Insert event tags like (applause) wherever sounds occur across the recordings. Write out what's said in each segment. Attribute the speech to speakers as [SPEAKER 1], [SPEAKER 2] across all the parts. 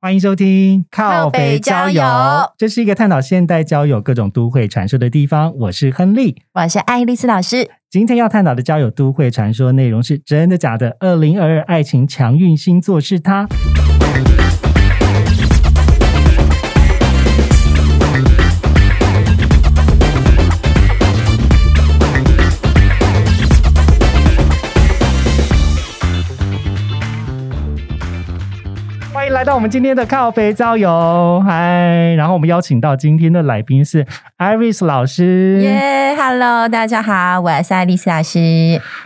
[SPEAKER 1] 欢迎收听《
[SPEAKER 2] 靠北交友
[SPEAKER 1] 这是一个探讨现代交友各种都会传说的地方。我是亨利，
[SPEAKER 2] 我是爱丽丝老师。
[SPEAKER 1] 今天要探讨的交友都会传说内容是真的假的？二零二二爱情强运星座是他。欢迎来到我们今天的靠北交友，嗨！然后我们邀请到今天的来宾是 Iris 老师，
[SPEAKER 2] 耶、h e l l o 大家好，我是爱丽丝老师。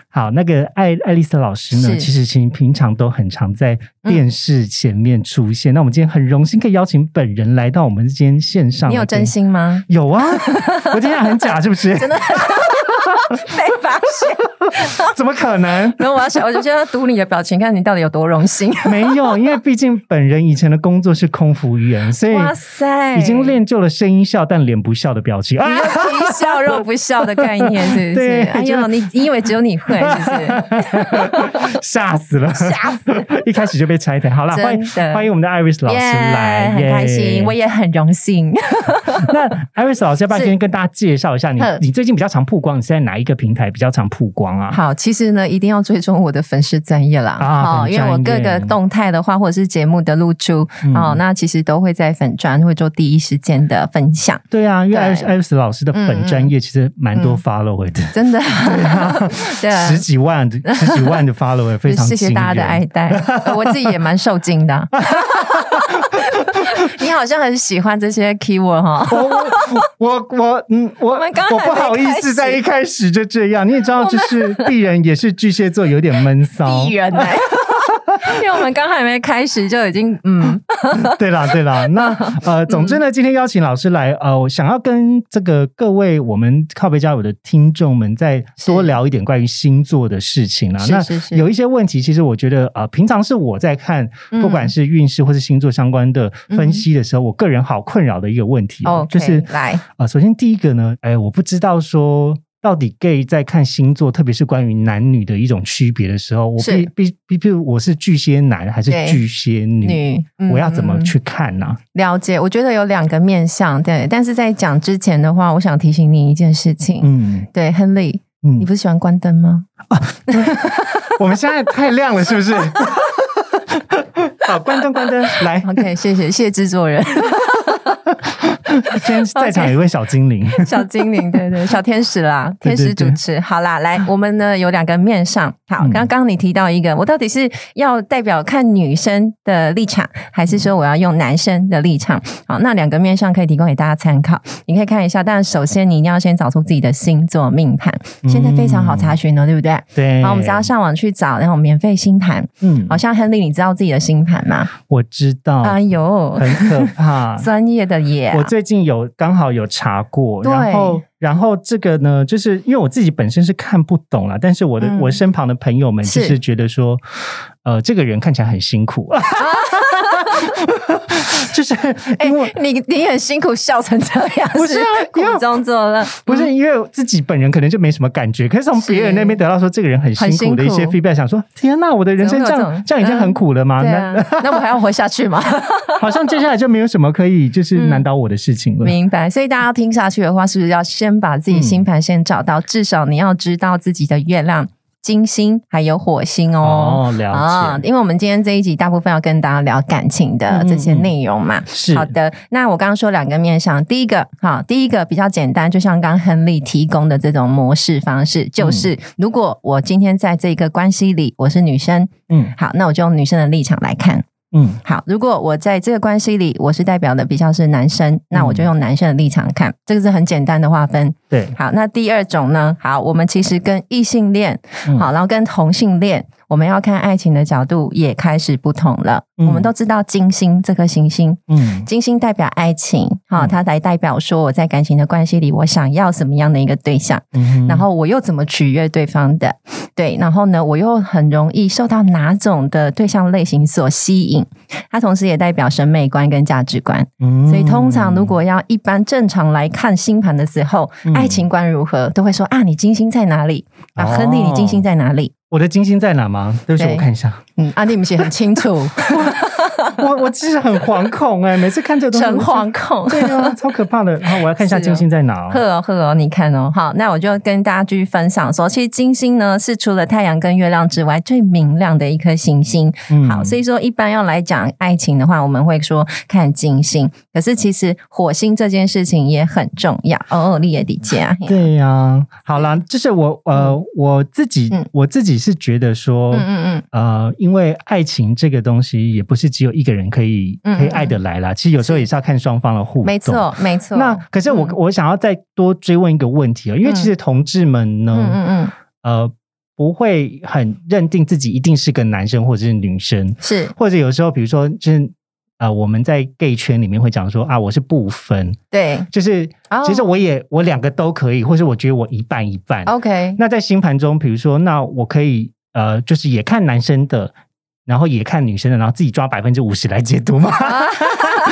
[SPEAKER 1] 好，那个爱爱丽丝老师呢，
[SPEAKER 2] 是
[SPEAKER 1] 其实其实平常都很常在电视前面出现。那我们今天很荣幸可以邀请本人来到我们今天线上。
[SPEAKER 2] 你有真？心吗？
[SPEAKER 1] 有啊， (laughs) 我今天很假是不是？
[SPEAKER 2] (laughs)
[SPEAKER 1] (laughs)
[SPEAKER 2] 真的被发现，
[SPEAKER 1] 怎么可能？
[SPEAKER 2] 然后我要想，我就现在读你的表情，看你到底有多荣
[SPEAKER 1] (laughs)
[SPEAKER 2] 幸。
[SPEAKER 1] 没有，因为毕竟本人以前的工作是空服员，所以
[SPEAKER 2] 哇塞，
[SPEAKER 1] 已经练就了声音笑但脸不笑的表情啊
[SPEAKER 2] 你。 (laughs) 又皮笑肉不笑的概念，是不
[SPEAKER 1] (laughs)
[SPEAKER 2] 是
[SPEAKER 1] 对？
[SPEAKER 2] 哎
[SPEAKER 1] 就
[SPEAKER 2] 呦，你你以为只有你会，是不是？
[SPEAKER 1] 吓死了！ (laughs)
[SPEAKER 2] 吓死！
[SPEAKER 1] 一开始就被拆台。好啦，欢迎
[SPEAKER 2] 真的
[SPEAKER 1] 欢迎我们的 Iris 老师来，
[SPEAKER 2] 很开心，我也很荣幸。
[SPEAKER 1] (laughs) 那 Iris 老师，要不要
[SPEAKER 2] 是
[SPEAKER 1] 先跟大家介绍一下你
[SPEAKER 2] 哼？
[SPEAKER 1] 你最近比较常曝光，你是在哪一个平台比较常曝光啊？
[SPEAKER 2] 好，其实呢，一定要追踪我的粉丝专业啦，
[SPEAKER 1] 啊
[SPEAKER 2] 好、
[SPEAKER 1] 粉
[SPEAKER 2] 因为我各
[SPEAKER 1] 专页
[SPEAKER 2] 个动态的话，或者是节目的露出，
[SPEAKER 1] 嗯
[SPEAKER 2] 哦，那其实都会在粉专会做第一时间的分享，
[SPEAKER 1] 对啊，因为
[SPEAKER 2] 对
[SPEAKER 1] Iris Iris 老师的
[SPEAKER 2] 嗯
[SPEAKER 1] 本
[SPEAKER 2] 嗯
[SPEAKER 1] 专业其实蛮多 follower 的，
[SPEAKER 2] 真的， (laughs) 对啊
[SPEAKER 1] 十几万的
[SPEAKER 2] (laughs)
[SPEAKER 1] 十几万的 follower 非常
[SPEAKER 2] 谢谢
[SPEAKER 1] 惊
[SPEAKER 2] 大家的
[SPEAKER 1] 人
[SPEAKER 2] 爱戴，呃我自己也蛮受惊的啊。 (laughs) 你好像很喜欢这些 keyword 哈、
[SPEAKER 1] (laughs) 我我我我嗯，我
[SPEAKER 2] 们刚才
[SPEAKER 1] 我不好意思在一开始就这样，你也知道，就是鄙人也是巨蟹座，有点闷
[SPEAKER 2] (laughs)
[SPEAKER 1] 骚
[SPEAKER 2] 地。人呢、欸
[SPEAKER 1] (laughs)
[SPEAKER 2] 因为我们刚还没开始就已经嗯，
[SPEAKER 1] (laughs) 对啦，对啦，那呃，总之呢，今天邀请老师来，呃，我想要跟这个各位我们靠背交友的听众们再多
[SPEAKER 2] 是
[SPEAKER 1] 聊一点关于星座的事情啦。
[SPEAKER 2] 是是是
[SPEAKER 1] 那有一些问题，其实我觉得呃，平常是我在看
[SPEAKER 2] 嗯
[SPEAKER 1] 不管是运势或是星座相关的分析的时候，我个人好困扰的一个问题哦，
[SPEAKER 2] 嗯 OK，
[SPEAKER 1] 就是
[SPEAKER 2] 来
[SPEAKER 1] 啊，首先第一个呢，哎，我不知道说到底 gay 在看星座，特别是关于男女的一种区别的时候，我必
[SPEAKER 2] 是
[SPEAKER 1] 必必譬如我是巨蟹男还是
[SPEAKER 2] 对
[SPEAKER 1] 巨蟹女，
[SPEAKER 2] 女，嗯
[SPEAKER 1] 我要怎么
[SPEAKER 2] 嗯
[SPEAKER 1] 去看呢、
[SPEAKER 2] 了解，我觉得有两个面向，对。但是在讲之前的话，我想提醒你一件事情，
[SPEAKER 1] 嗯
[SPEAKER 2] 对，亨利，
[SPEAKER 1] 嗯
[SPEAKER 2] 你，不是喜欢关灯吗？
[SPEAKER 1] (laughs)
[SPEAKER 2] (laughs)
[SPEAKER 1] 我们现在太亮了，是不是？好，关灯，关灯，
[SPEAKER 2] (laughs)
[SPEAKER 1] 来，
[SPEAKER 2] OK，谢谢，谢谢制作
[SPEAKER 1] (laughs)
[SPEAKER 2] 人，
[SPEAKER 1] 今天在场有一位小精灵，
[SPEAKER 2] 小精灵，对对，小天使啦，
[SPEAKER 1] 对
[SPEAKER 2] 天
[SPEAKER 1] 对
[SPEAKER 2] 使
[SPEAKER 1] 对
[SPEAKER 2] 主持。好啦，来，我们呢有两个面上。好，
[SPEAKER 1] 嗯
[SPEAKER 2] 刚刚你提到一个，我到底是要代表看女生的立场，还是说我要用男生的立场？好，那两个面上可以提供给大家参考，你可以看一下。但首先，你一定要先找出自己的星座命盘，
[SPEAKER 1] 嗯
[SPEAKER 2] 现在非常好查询哦，对不对？
[SPEAKER 1] 对，
[SPEAKER 2] 好，我们只要上网去找那种免费星盘。
[SPEAKER 1] 嗯
[SPEAKER 2] 好，像亨利，你知道自己的星盘吗？
[SPEAKER 1] 我知道，
[SPEAKER 2] 哎呦，，
[SPEAKER 1] 哦很可怕
[SPEAKER 2] (laughs) 专业的耶！
[SPEAKER 1] 我最近有刚好有查过，
[SPEAKER 2] 啊对
[SPEAKER 1] 然后然后这个呢，就是因为我自己本身是看不懂啦，但是我的、
[SPEAKER 2] 嗯
[SPEAKER 1] 我身旁的朋友们就是是觉得说，呃，这个人看起来很辛
[SPEAKER 2] (laughs)
[SPEAKER 1] 苦， (laughs) 就是
[SPEAKER 2] 哎
[SPEAKER 1] 因为、，
[SPEAKER 2] 你你很辛苦，笑成这样，
[SPEAKER 1] (laughs) 不是啊
[SPEAKER 2] 苦
[SPEAKER 1] 因为
[SPEAKER 2] 中作乐，
[SPEAKER 1] 不是因为自己本人可能就没什么感觉，可是从别人那边得到说这个人很辛苦的一些
[SPEAKER 2] 很辛苦
[SPEAKER 1] feedback，想说天呐，我的人生这
[SPEAKER 2] 怎么会有
[SPEAKER 1] 样
[SPEAKER 2] 这种
[SPEAKER 1] 这样已经很苦了吗？
[SPEAKER 2] 对啊
[SPEAKER 1] 那，
[SPEAKER 2] 那我还要活下
[SPEAKER 1] (laughs)
[SPEAKER 2] 去吗？
[SPEAKER 1] 好像接下来就没有什么可以就是
[SPEAKER 2] 嗯
[SPEAKER 1] 难倒我的事情了。
[SPEAKER 2] 明白。所以大家要听下去的话，是不是要先把自己星盘先找到？至少你要知道自己的月亮、金星还有火星哦。
[SPEAKER 1] 哦，了解，
[SPEAKER 2] 啊、因为我们今天这一集大部分要跟大家聊感情的这些
[SPEAKER 1] 嗯嗯嗯
[SPEAKER 2] 内容嘛，
[SPEAKER 1] 是
[SPEAKER 2] 好的，那我刚刚说两个面向，第一个好，第一个比较简单，就像刚刚亨利提供的这种模式方式，
[SPEAKER 1] 嗯
[SPEAKER 2] 就是、如果我今天在这个关系里我是女生，
[SPEAKER 1] 嗯
[SPEAKER 2] 好，那我就用女生的立场来看。
[SPEAKER 1] 嗯
[SPEAKER 2] 好，如果我在这个关系里我是代表的比较是男生，那我就用男生的立场看，这个是很简单的划分。
[SPEAKER 1] 对，
[SPEAKER 2] 好，那第二种呢？好，我们其实跟异性恋，
[SPEAKER 1] 嗯
[SPEAKER 2] 好，然后跟同性恋，我们要看爱情的角度也开始不同了。
[SPEAKER 1] 嗯
[SPEAKER 2] 我们都知道金星这颗行星，
[SPEAKER 1] 嗯
[SPEAKER 2] 金星代表爱情，好、
[SPEAKER 1] 嗯
[SPEAKER 2] 它来代表说我在感情的关系里，我想要什么样的一个对象，
[SPEAKER 1] 嗯
[SPEAKER 2] 然后我又怎么取悦对方的，对，然后呢，我又很容易受到哪种的对象类型所吸引。它同时也代表审美观跟价值观，
[SPEAKER 1] 嗯
[SPEAKER 2] 所以通常如果要一般正常来看星盘的时候，
[SPEAKER 1] 嗯
[SPEAKER 2] 爱情观如何都会说啊，你金星在哪里？啊，
[SPEAKER 1] 哦
[SPEAKER 2] 亨利，你金星在哪里？
[SPEAKER 1] 我的金星在哪吗？对不起，
[SPEAKER 2] 对
[SPEAKER 1] 我看一下，
[SPEAKER 2] 嗯，啊，你们写很清楚，
[SPEAKER 1] 我我其实很惶恐哎、每次 (laughs) 看这
[SPEAKER 2] (laughs)
[SPEAKER 1] 个东西
[SPEAKER 2] 诚惶，恐
[SPEAKER 1] 我。就对啊，超可怕的。然后我要看一下
[SPEAKER 2] 是啊
[SPEAKER 1] 金星在哪、哦
[SPEAKER 2] 呵哦呵哦，你看哦，好，那我就跟大家继续分享说，其实金星呢是除了太阳跟月亮之外最明亮的一颗行星。
[SPEAKER 1] 嗯
[SPEAKER 2] 好，所以说一般要来讲爱情的话，我们会说看金星，可是其实火星这件事情也很重要。哦哦，你也理解啊。
[SPEAKER 1] 对呀、好啦，就是我呃、我自己、
[SPEAKER 2] 嗯
[SPEAKER 1] 我自己是觉得说，
[SPEAKER 2] 嗯嗯嗯，
[SPEAKER 1] 呃，因为爱情这个东西也不是只有一个人可以
[SPEAKER 2] 嗯
[SPEAKER 1] 可以爱得来啦，其实有时候也是要看双方的互动。
[SPEAKER 2] 没。错没错。
[SPEAKER 1] 那可是我、
[SPEAKER 2] 嗯
[SPEAKER 1] 我想要再多追问一个问题哦，因为
[SPEAKER 2] 嗯
[SPEAKER 1] 其实同志们呢，
[SPEAKER 2] 嗯嗯嗯，
[SPEAKER 1] 呃，不会很认定自己一定是个男生或者是女生，
[SPEAKER 2] 是
[SPEAKER 1] 或者有时候比如说就是呃，我们在 gay 圈里面会讲说啊，我是不分，
[SPEAKER 2] 对。
[SPEAKER 1] 就是
[SPEAKER 2] 哦
[SPEAKER 1] 其实我也、我两个都可以，或是我觉得我一半一半。
[SPEAKER 2] OK，
[SPEAKER 1] 那在星盘中，比如说，那我可以呃，就是也看男生的，然后也看女生的，然后自己抓百分之五十来解读吗？
[SPEAKER 2] 啊
[SPEAKER 1] (laughs)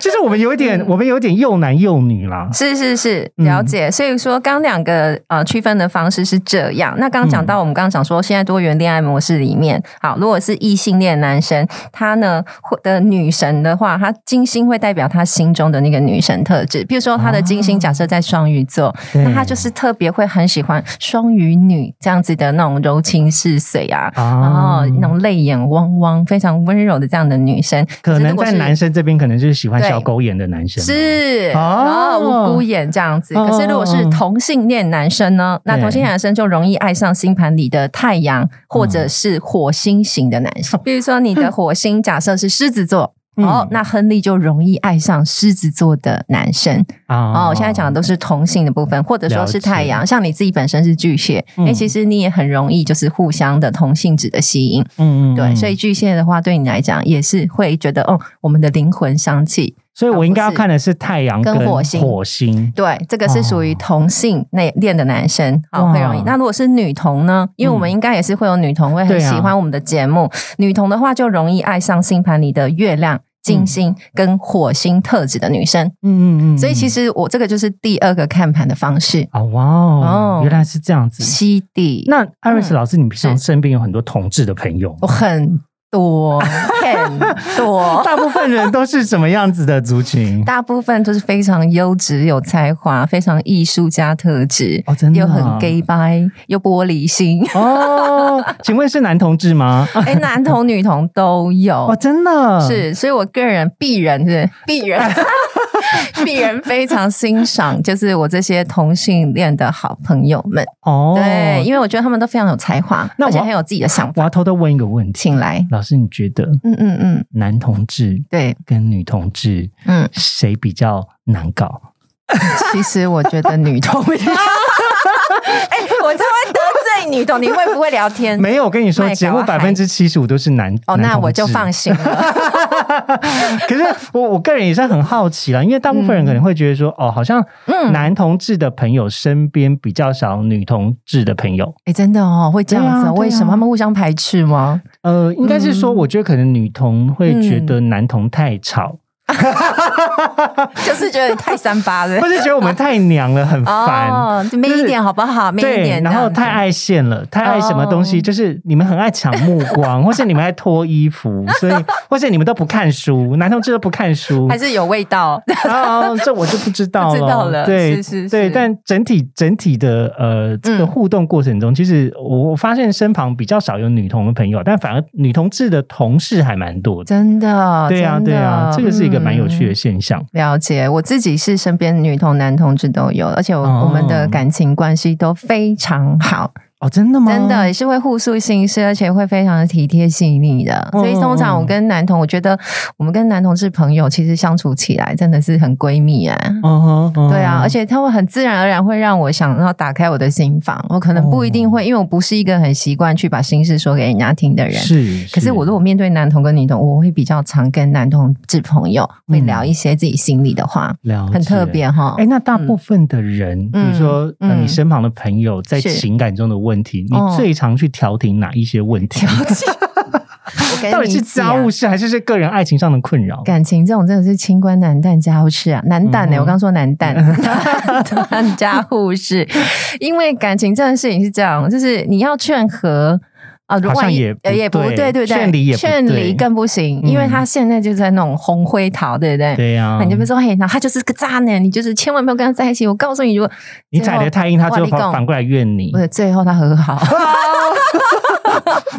[SPEAKER 1] 就是我们有一点，
[SPEAKER 2] 嗯
[SPEAKER 1] 我们有一点又男又女啦。
[SPEAKER 2] 是是是，
[SPEAKER 1] 嗯
[SPEAKER 2] 了解。所以说，刚两个呃区分的方式是这样。那刚
[SPEAKER 1] 嗯
[SPEAKER 2] 讲到，我们刚刚讲说，现在多元恋爱模式里面，好，如果是异性恋男生，他呢会的女神的话，他金星会代表他心中的那个女神特质。比如说，他的金星
[SPEAKER 1] 哦
[SPEAKER 2] 假设在双鱼座，那他就是特别会很喜欢双鱼女这样子的那种柔情似水啊。然
[SPEAKER 1] 啊
[SPEAKER 2] 后那种泪眼汪汪、非常温柔的这样的女生，
[SPEAKER 1] 可
[SPEAKER 2] 是
[SPEAKER 1] 能
[SPEAKER 2] 如果
[SPEAKER 1] 在
[SPEAKER 2] 是
[SPEAKER 1] 男生这边，可能就是喜欢
[SPEAKER 2] 对
[SPEAKER 1] 小狗眼的男生嘛。
[SPEAKER 2] 是
[SPEAKER 1] 哦
[SPEAKER 2] 哦，无辜眼这样子。
[SPEAKER 1] 哦
[SPEAKER 2] 可是如果是同性恋男生呢？那
[SPEAKER 1] 对
[SPEAKER 2] 同性恋男生就容易爱上星盘里的太阳或者是火星型的男生。比如说你的火星假设是狮子座。
[SPEAKER 1] 嗯
[SPEAKER 2] 哦，那亨利就容易爱上狮子座的男生
[SPEAKER 1] 啊
[SPEAKER 2] 哦。我现在讲的都是同性的部分，或者说是太
[SPEAKER 1] 了
[SPEAKER 2] 阳。像你自己本身是巨蟹，
[SPEAKER 1] 嗯
[SPEAKER 2] 哎、其实你也很容易就是互相的同性质的吸引。
[SPEAKER 1] 嗯嗯嗯
[SPEAKER 2] 对，所以巨蟹的话，对你来讲也是会觉得，哦，我们的灵魂相契，
[SPEAKER 1] 所以我应该要看的是太阳
[SPEAKER 2] 跟火星
[SPEAKER 1] 火星。
[SPEAKER 2] 对，这个是属于同性内恋的男生，好、
[SPEAKER 1] 哦哇
[SPEAKER 2] 会容易。那如果是女同呢？因为我们应该也是会有女同会很喜
[SPEAKER 1] 对啊
[SPEAKER 2] 欢我们的节目，女同的话就容易爱上星盘里的月亮。金星跟火星特质的女生，
[SPEAKER 1] 嗯嗯嗯嗯，
[SPEAKER 2] 所以其实我这个就是第二个看盘的方式，
[SPEAKER 1] 啊哇哦
[SPEAKER 2] 哦，
[SPEAKER 1] 原来是这样子。
[SPEAKER 2] 吸地。
[SPEAKER 1] 嗯那艾瑞斯
[SPEAKER 2] 嗯
[SPEAKER 1] 老师，你平常
[SPEAKER 2] 是
[SPEAKER 1] 身边有很多同志的朋友吗
[SPEAKER 2] 我很多很
[SPEAKER 1] (laughs)
[SPEAKER 2] 多，？
[SPEAKER 1] 大部分人都是什么样子的族群
[SPEAKER 2] 哦 (laughs) 大部分都是非常优质、有才华、非常艺术家特质，
[SPEAKER 1] 哦真的啊
[SPEAKER 2] 又很 gay 掰，又玻
[SPEAKER 1] (laughs)
[SPEAKER 2] 璃心。
[SPEAKER 1] 哦，请问是男同志吗？
[SPEAKER 2] 哎、男同女同都
[SPEAKER 1] 哦，
[SPEAKER 2] 有，
[SPEAKER 1] 真的，
[SPEAKER 2] 是，所以我个人鄙人 (laughs) 是鄙人，鄙人非常欣赏，就是我这些同性恋的好朋友们，
[SPEAKER 1] 哦，
[SPEAKER 2] 对，因为我觉得他们都非常有才华，
[SPEAKER 1] 那我
[SPEAKER 2] 而且很有自己的想
[SPEAKER 1] 我
[SPEAKER 2] 法，
[SPEAKER 1] 要偷偷问一个问题，
[SPEAKER 2] 请来，
[SPEAKER 1] 老师，你觉得
[SPEAKER 2] 嗯嗯嗯，
[SPEAKER 1] 男同志
[SPEAKER 2] 对，
[SPEAKER 1] 跟女同志
[SPEAKER 2] 嗯，
[SPEAKER 1] 谁比较难搞？
[SPEAKER 2] 其实我觉得女同， (laughs) 哎、我这会得罪女同，你会不会聊天？
[SPEAKER 1] 没有，我跟你说，
[SPEAKER 2] 麦睾
[SPEAKER 1] 节目
[SPEAKER 2] 嗯啊
[SPEAKER 1] 百
[SPEAKER 2] 嗨
[SPEAKER 1] 分之七十五都是男
[SPEAKER 2] 哦，
[SPEAKER 1] 男
[SPEAKER 2] 那
[SPEAKER 1] 同
[SPEAKER 2] 我就
[SPEAKER 1] 志
[SPEAKER 2] 放 (laughs) 心了，
[SPEAKER 1] (laughs) 可是我我个人也是很好奇啦，因为大部分人可能会觉得说，哦，好像
[SPEAKER 2] 嗯，哎、
[SPEAKER 1] 男同志的朋友身边比较少女同志的朋友。
[SPEAKER 2] 真的哦，会这样子
[SPEAKER 1] 对
[SPEAKER 2] 哦、
[SPEAKER 1] 啊对
[SPEAKER 2] 为什
[SPEAKER 1] 啊
[SPEAKER 2] 么他们互相排斥吗？
[SPEAKER 1] 呃，应该是说，
[SPEAKER 2] 嗯
[SPEAKER 1] 我觉得可能女同会觉得男同太吵，
[SPEAKER 2] 就是觉得你太三八了 (laughs)
[SPEAKER 1] 或。是觉得我们太娘了，很烦。
[SPEAKER 2] 哦，媚一点好不好？媚一
[SPEAKER 1] 对，
[SPEAKER 2] 点，
[SPEAKER 1] 然后太爱现了，太爱什么东西，
[SPEAKER 2] 哦
[SPEAKER 1] 就是你们很爱抢目光，或是你们爱脱衣服，所以或是你们都不看书，男同志都不看书
[SPEAKER 2] 还，是有味道。 (laughs)
[SPEAKER 1] 啊，这我就不知道了。
[SPEAKER 2] 不知道了
[SPEAKER 1] 对，
[SPEAKER 2] 是是
[SPEAKER 1] 对。
[SPEAKER 2] 是
[SPEAKER 1] 但整体整体的呃，这个
[SPEAKER 2] 嗯
[SPEAKER 1] 互动过程中，其实我我发现身旁比较少有女同的朋友，但反而女同志的同事还蛮多的。
[SPEAKER 2] 真的，
[SPEAKER 1] 对啊，
[SPEAKER 2] 真的
[SPEAKER 1] 对啊，这个是一个蛮有趣的
[SPEAKER 2] 嗯
[SPEAKER 1] 现象。
[SPEAKER 2] 了解，我自己是身边女同、男同志都有，而且我
[SPEAKER 1] 哦
[SPEAKER 2] 我们的感情关系都非常好。
[SPEAKER 1] 哦，真的吗？
[SPEAKER 2] 真的也是会互诉心事，而且会非常的体贴细腻的。
[SPEAKER 1] 哦
[SPEAKER 2] 所以通常我跟男同，我觉得我们跟男同志朋友其实相处起来真的是很闺蜜啊。
[SPEAKER 1] 嗯哼，嗯哼
[SPEAKER 2] 对啊，而且他会很自然而然会让我想要打开我的心房。我可能不一
[SPEAKER 1] 哦
[SPEAKER 2] 定会，因为我不是一个很习惯去把心事说给人家听的人。
[SPEAKER 1] 是，
[SPEAKER 2] 可是我如果面对男同跟女同，我会比较常跟男同志朋友会聊一些自己心里的话，
[SPEAKER 1] 嗯了
[SPEAKER 2] 很特
[SPEAKER 1] 解
[SPEAKER 2] 别哈。
[SPEAKER 1] 哎，那大部分的人，比如说
[SPEAKER 2] 嗯
[SPEAKER 1] 呃你
[SPEAKER 2] 嗯
[SPEAKER 1] 身旁的朋友在
[SPEAKER 2] 是
[SPEAKER 1] 情感中的问题，
[SPEAKER 2] 哦
[SPEAKER 1] 你最常去调停哪一些问题？
[SPEAKER 2] 我
[SPEAKER 1] (laughs)
[SPEAKER 2] 跟
[SPEAKER 1] 到底
[SPEAKER 2] 你
[SPEAKER 1] 是
[SPEAKER 2] 讲
[SPEAKER 1] 家务事还是是个人爱情上的困扰？
[SPEAKER 2] 感情这种真的是清官难断家务事啊，难断呢、
[SPEAKER 1] 嗯哼
[SPEAKER 2] 我刚说难
[SPEAKER 1] (laughs)
[SPEAKER 2] 断，难断家务事，因为感情这件事情是这样，就是你要劝和。啊，如
[SPEAKER 1] 好
[SPEAKER 2] 万
[SPEAKER 1] 像
[SPEAKER 2] 一
[SPEAKER 1] 也
[SPEAKER 2] 呃
[SPEAKER 1] 不
[SPEAKER 2] 也不
[SPEAKER 1] 对
[SPEAKER 2] 对，对不对？
[SPEAKER 1] 劝离也不
[SPEAKER 2] 劝
[SPEAKER 1] 对
[SPEAKER 2] 离更不行，
[SPEAKER 1] 嗯
[SPEAKER 2] 因为他现在就在那种红灰桃，对不对？
[SPEAKER 1] 对啊呀
[SPEAKER 2] 那，你就会说，嘿，那他就是个渣男，你就是千万不要跟他在一起。我告诉你，如果
[SPEAKER 1] 你踩得太硬，他最后反反过来怨你嗯
[SPEAKER 2] 不，是最后他
[SPEAKER 1] (laughs)
[SPEAKER 2] 和好，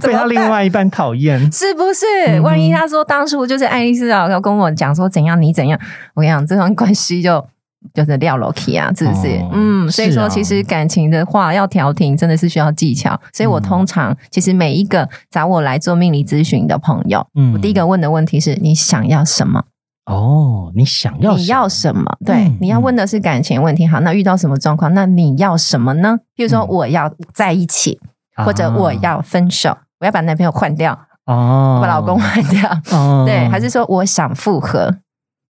[SPEAKER 1] 被他另外一半讨厌。
[SPEAKER 2] 是不是？万一他说当初就是爱丽丝啊，要跟我讲说怎样你怎样，我跟你讲，这段关系就就是掉楼梯啊，是不是？
[SPEAKER 1] 哦
[SPEAKER 2] 嗯，所以
[SPEAKER 1] 是啊
[SPEAKER 2] 说其实感情的话要调停真的是需要技巧，所
[SPEAKER 1] 嗯
[SPEAKER 2] 以我通常、其实每一个找我来做命理咨询的朋友，
[SPEAKER 1] 嗯
[SPEAKER 2] (laughs) 我第一个问的问题是你想要什么？
[SPEAKER 1] 哦，你想要
[SPEAKER 2] 你
[SPEAKER 1] 什么
[SPEAKER 2] 要什么？对，
[SPEAKER 1] 嗯
[SPEAKER 2] 你要问的是感情问题。好，那遇到什么状况？那你要什么呢？比如说
[SPEAKER 1] 嗯
[SPEAKER 2] 我要在一起，或者
[SPEAKER 1] 啊
[SPEAKER 2] 我要分手，我要把男朋友换掉，
[SPEAKER 1] 哦
[SPEAKER 2] 我把老公换掉。
[SPEAKER 1] 哦
[SPEAKER 2] (laughs) 对，还是说我想复合，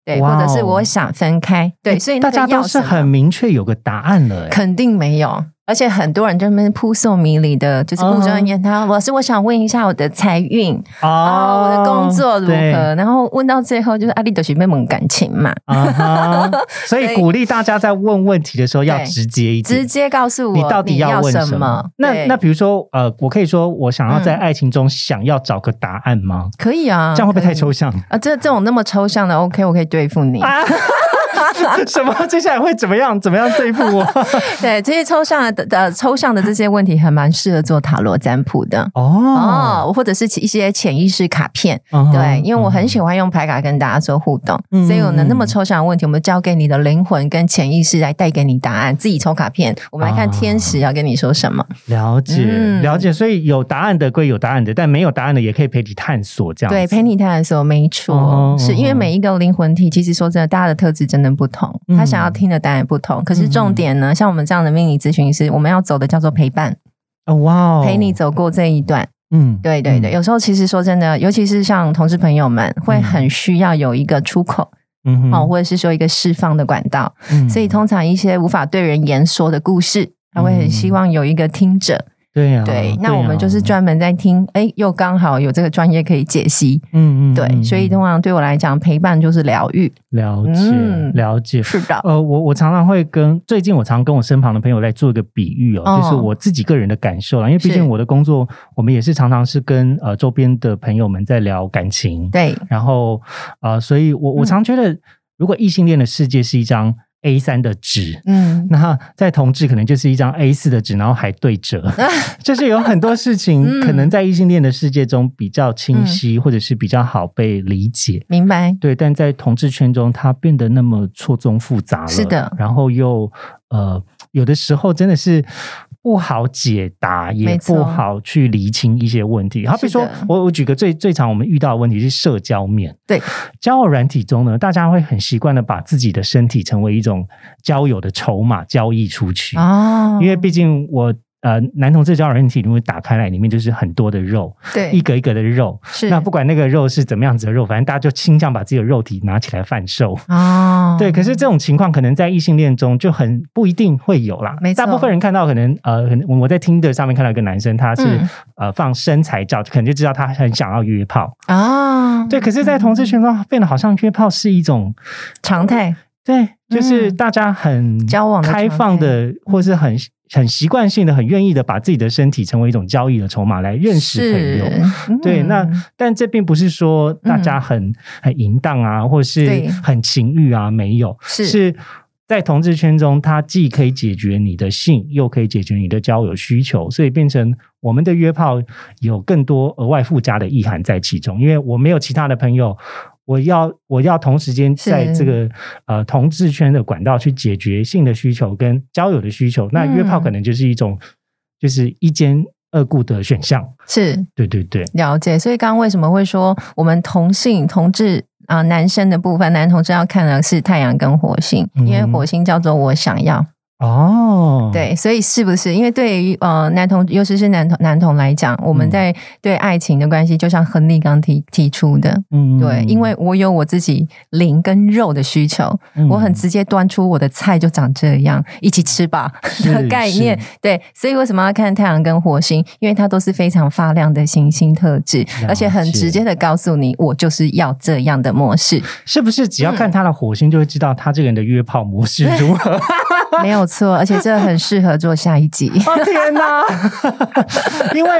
[SPEAKER 2] 对，
[SPEAKER 1] 哇
[SPEAKER 2] 或
[SPEAKER 1] 哦哎
[SPEAKER 2] 者是我想分开，对，所以
[SPEAKER 1] 大
[SPEAKER 2] 那个
[SPEAKER 1] 家都
[SPEAKER 2] 要
[SPEAKER 1] 是
[SPEAKER 2] 什么
[SPEAKER 1] 很明确有个答案了，哎，
[SPEAKER 2] 肯定没有。而且很多人就在那边扑朔迷离的，就是顾着
[SPEAKER 1] 嗯
[SPEAKER 2] 念他。我是我想问一下我的财运啊，我的工作如
[SPEAKER 1] 哦对
[SPEAKER 2] (laughs) 何？然后问到最后就是阿丽的学妹们感情嘛，
[SPEAKER 1] 啊哈，所以鼓励大家在问问题的时候要
[SPEAKER 2] 对
[SPEAKER 1] 直接一点，
[SPEAKER 2] 直接告诉我
[SPEAKER 1] 你到底
[SPEAKER 2] 要
[SPEAKER 1] 问
[SPEAKER 2] 什
[SPEAKER 1] 么
[SPEAKER 2] 么？？
[SPEAKER 1] 那
[SPEAKER 2] 对
[SPEAKER 1] 那比如说，呃，我可以说我想要在
[SPEAKER 2] 嗯
[SPEAKER 1] 爱情中想要找个答案吗？
[SPEAKER 2] 可以啊，
[SPEAKER 1] 这样会不会
[SPEAKER 2] 可
[SPEAKER 1] 太
[SPEAKER 2] 以
[SPEAKER 1] 抽象？
[SPEAKER 2] 啊？这这种那么抽象的，OK，我可以对付你。
[SPEAKER 1] 啊， (laughs) 什么？接下来会怎么样？怎么样对付
[SPEAKER 2] (laughs)
[SPEAKER 1] 我？
[SPEAKER 2] 对，这些抽象的的抽象的这些问题，还蛮适合做塔罗占卜的。
[SPEAKER 1] 哦，
[SPEAKER 2] 哦，或者是一些潜意识卡片，
[SPEAKER 1] 嗯哼
[SPEAKER 2] 对，因为我很喜欢用牌卡跟大家做互动，
[SPEAKER 1] 嗯
[SPEAKER 2] 所以我呢那么抽象的问题，我们交给你的灵魂跟潜意识来带给你答案。自己抽卡片，我们来看
[SPEAKER 1] 啊
[SPEAKER 2] 天使要跟你说什么。
[SPEAKER 1] 了解、
[SPEAKER 2] 嗯
[SPEAKER 1] 了解，所以有答案的归有答案的，但没有答案的也可以陪你探索，这样
[SPEAKER 2] 对，
[SPEAKER 1] 子
[SPEAKER 2] 陪你探索，没错，
[SPEAKER 1] 哦
[SPEAKER 2] 是因为每一个灵魂体，其实说真的，大家的特质真的不同，
[SPEAKER 1] 嗯
[SPEAKER 2] 他想要听的答案也不同。可是重点呢，像我们这样的命理咨询师，我们要走的叫做陪伴，
[SPEAKER 1] 哦哇哦，
[SPEAKER 2] 陪你，走过这一段。
[SPEAKER 1] 嗯，
[SPEAKER 2] 对对对，有时候其实说真的，尤其是像同志朋友们，会很需要有一个出口。
[SPEAKER 1] 嗯哼，
[SPEAKER 2] 哦，或者是说一个释放的管道。
[SPEAKER 1] 嗯
[SPEAKER 2] 所以通常一些无法对人言说的故事，他会很希望有一个听者。
[SPEAKER 1] 嗯对呀、啊，
[SPEAKER 2] 对，那
[SPEAKER 1] 呀
[SPEAKER 2] 我们就是，专门在听，哎，又刚好有这个专业可以解析。
[SPEAKER 1] 嗯嗯，
[SPEAKER 2] 对，
[SPEAKER 1] 嗯
[SPEAKER 2] 所以通常对我来讲，陪伴就是疗愈。
[SPEAKER 1] 了解、
[SPEAKER 2] 嗯
[SPEAKER 1] 了解，
[SPEAKER 2] 是的，
[SPEAKER 1] 呃，我我常常会跟最近我常跟我身旁的朋友来做一个比喻哦，
[SPEAKER 2] 哦
[SPEAKER 1] 就是我自己个人的感受啦，因为毕
[SPEAKER 2] 是
[SPEAKER 1] 竟我的工作，我们也是常常是跟呃周边的朋友们在聊感情，
[SPEAKER 2] 对，
[SPEAKER 1] 然后呃，所以我
[SPEAKER 2] 嗯
[SPEAKER 1] 我常觉得，如果异性恋的世界是一张 A 三的纸。
[SPEAKER 2] 嗯，
[SPEAKER 1] 那在同志可能就是一张 A 四的纸，然后还对折，
[SPEAKER 2] 啊
[SPEAKER 1] 就是有很多事情
[SPEAKER 2] 嗯
[SPEAKER 1] 可能在异性恋的世界中比较清晰，或者是比较好被理解。
[SPEAKER 2] 明白。
[SPEAKER 1] 对，但在同志圈中，它变得那么错综复杂了。
[SPEAKER 2] 是的
[SPEAKER 1] 然后又呃，有的时候真的是不好解答，也
[SPEAKER 2] 没错
[SPEAKER 1] 不好去厘清一些问题。好比说
[SPEAKER 2] 是的，
[SPEAKER 1] 我我举个最最常我们遇到的问题是社交面。
[SPEAKER 2] 对，
[SPEAKER 1] 交友软体中呢，大家会很习惯的把自己的身体成为一种交友的筹码，交易出去。
[SPEAKER 2] 哦，
[SPEAKER 1] 因为毕竟我。呃，男同志交友软体，如果打开来，里面就是很多的肉，一
[SPEAKER 2] 对
[SPEAKER 1] 格一格的肉，
[SPEAKER 2] 是
[SPEAKER 1] 那不管那个肉是怎么样子的肉，反正大家就倾向把自己的肉体拿起来贩售。
[SPEAKER 2] 哦，
[SPEAKER 1] 对，可是这种情况可能在异性恋中就很不一定会有啦。
[SPEAKER 2] 没错
[SPEAKER 1] 大部分人看到可能呃，可能我在听的上面看到一个男生，他是、
[SPEAKER 2] 嗯
[SPEAKER 1] 呃放身材照，可能就知道他很想要约炮。
[SPEAKER 2] 啊，
[SPEAKER 1] 对，可是，在同志圈中变得好像约炮是一种
[SPEAKER 2] 常态
[SPEAKER 1] 对，就是
[SPEAKER 2] 嗯
[SPEAKER 1] 大家很
[SPEAKER 2] 交往的
[SPEAKER 1] 开放的，
[SPEAKER 2] 嗯
[SPEAKER 1] 或是很很习惯性的、很愿意的把自己的身体成为一种交易的筹码来认识朋友。
[SPEAKER 2] 是嗯
[SPEAKER 1] 对，那但这并不是说大家很、很淫荡啊，或是
[SPEAKER 2] 对
[SPEAKER 1] 很情欲啊，没有，
[SPEAKER 2] 是
[SPEAKER 1] 在同志圈中，它既可以解决你的性，又可以解决你的交友需求，所以变成我们的约炮有更多额外附加的意涵在其中。因为我没有其他的朋友。我要我要同时间
[SPEAKER 2] 是
[SPEAKER 1] 在这个呃同志圈的管道去解决性的需求跟交友的需求，那约炮
[SPEAKER 2] 嗯
[SPEAKER 1] 可能就是一种、就是一兼二顾的选项。
[SPEAKER 2] 是
[SPEAKER 1] 对对对，
[SPEAKER 2] 了解。所以刚刚为什么会说我们同性同志啊、男生的部分，男同志要看的是太阳跟火星，因为
[SPEAKER 1] 嗯
[SPEAKER 2] 火星叫做我想要。
[SPEAKER 1] 哦，
[SPEAKER 2] 对，所以是不是因为对于呃男同，尤其是男同男同来讲，我们
[SPEAKER 1] 嗯
[SPEAKER 2] 在对爱情的关系，就像亨利刚提提出的，
[SPEAKER 1] 嗯，嗯
[SPEAKER 2] 对，因为我有我自己灵跟肉的需求，
[SPEAKER 1] 嗯
[SPEAKER 2] 我很直接端出我的菜就长这样，一起吃吧 (laughs) 的
[SPEAKER 1] 是
[SPEAKER 2] 概念。对，所以为什么要看太阳跟火星？因为它都是非常发亮的行星特质，而且
[SPEAKER 1] 了
[SPEAKER 2] 很
[SPEAKER 1] 解
[SPEAKER 2] 直接的告诉你，我就是要这样的
[SPEAKER 1] (laughs)
[SPEAKER 2] 模式，
[SPEAKER 1] 是不是只要看他的火星就会知道他这个人的约炮模式如何？
[SPEAKER 2] 没有错。而且这很适合做下一集。
[SPEAKER 1] (laughs) 哦天哪！ (laughs) 因为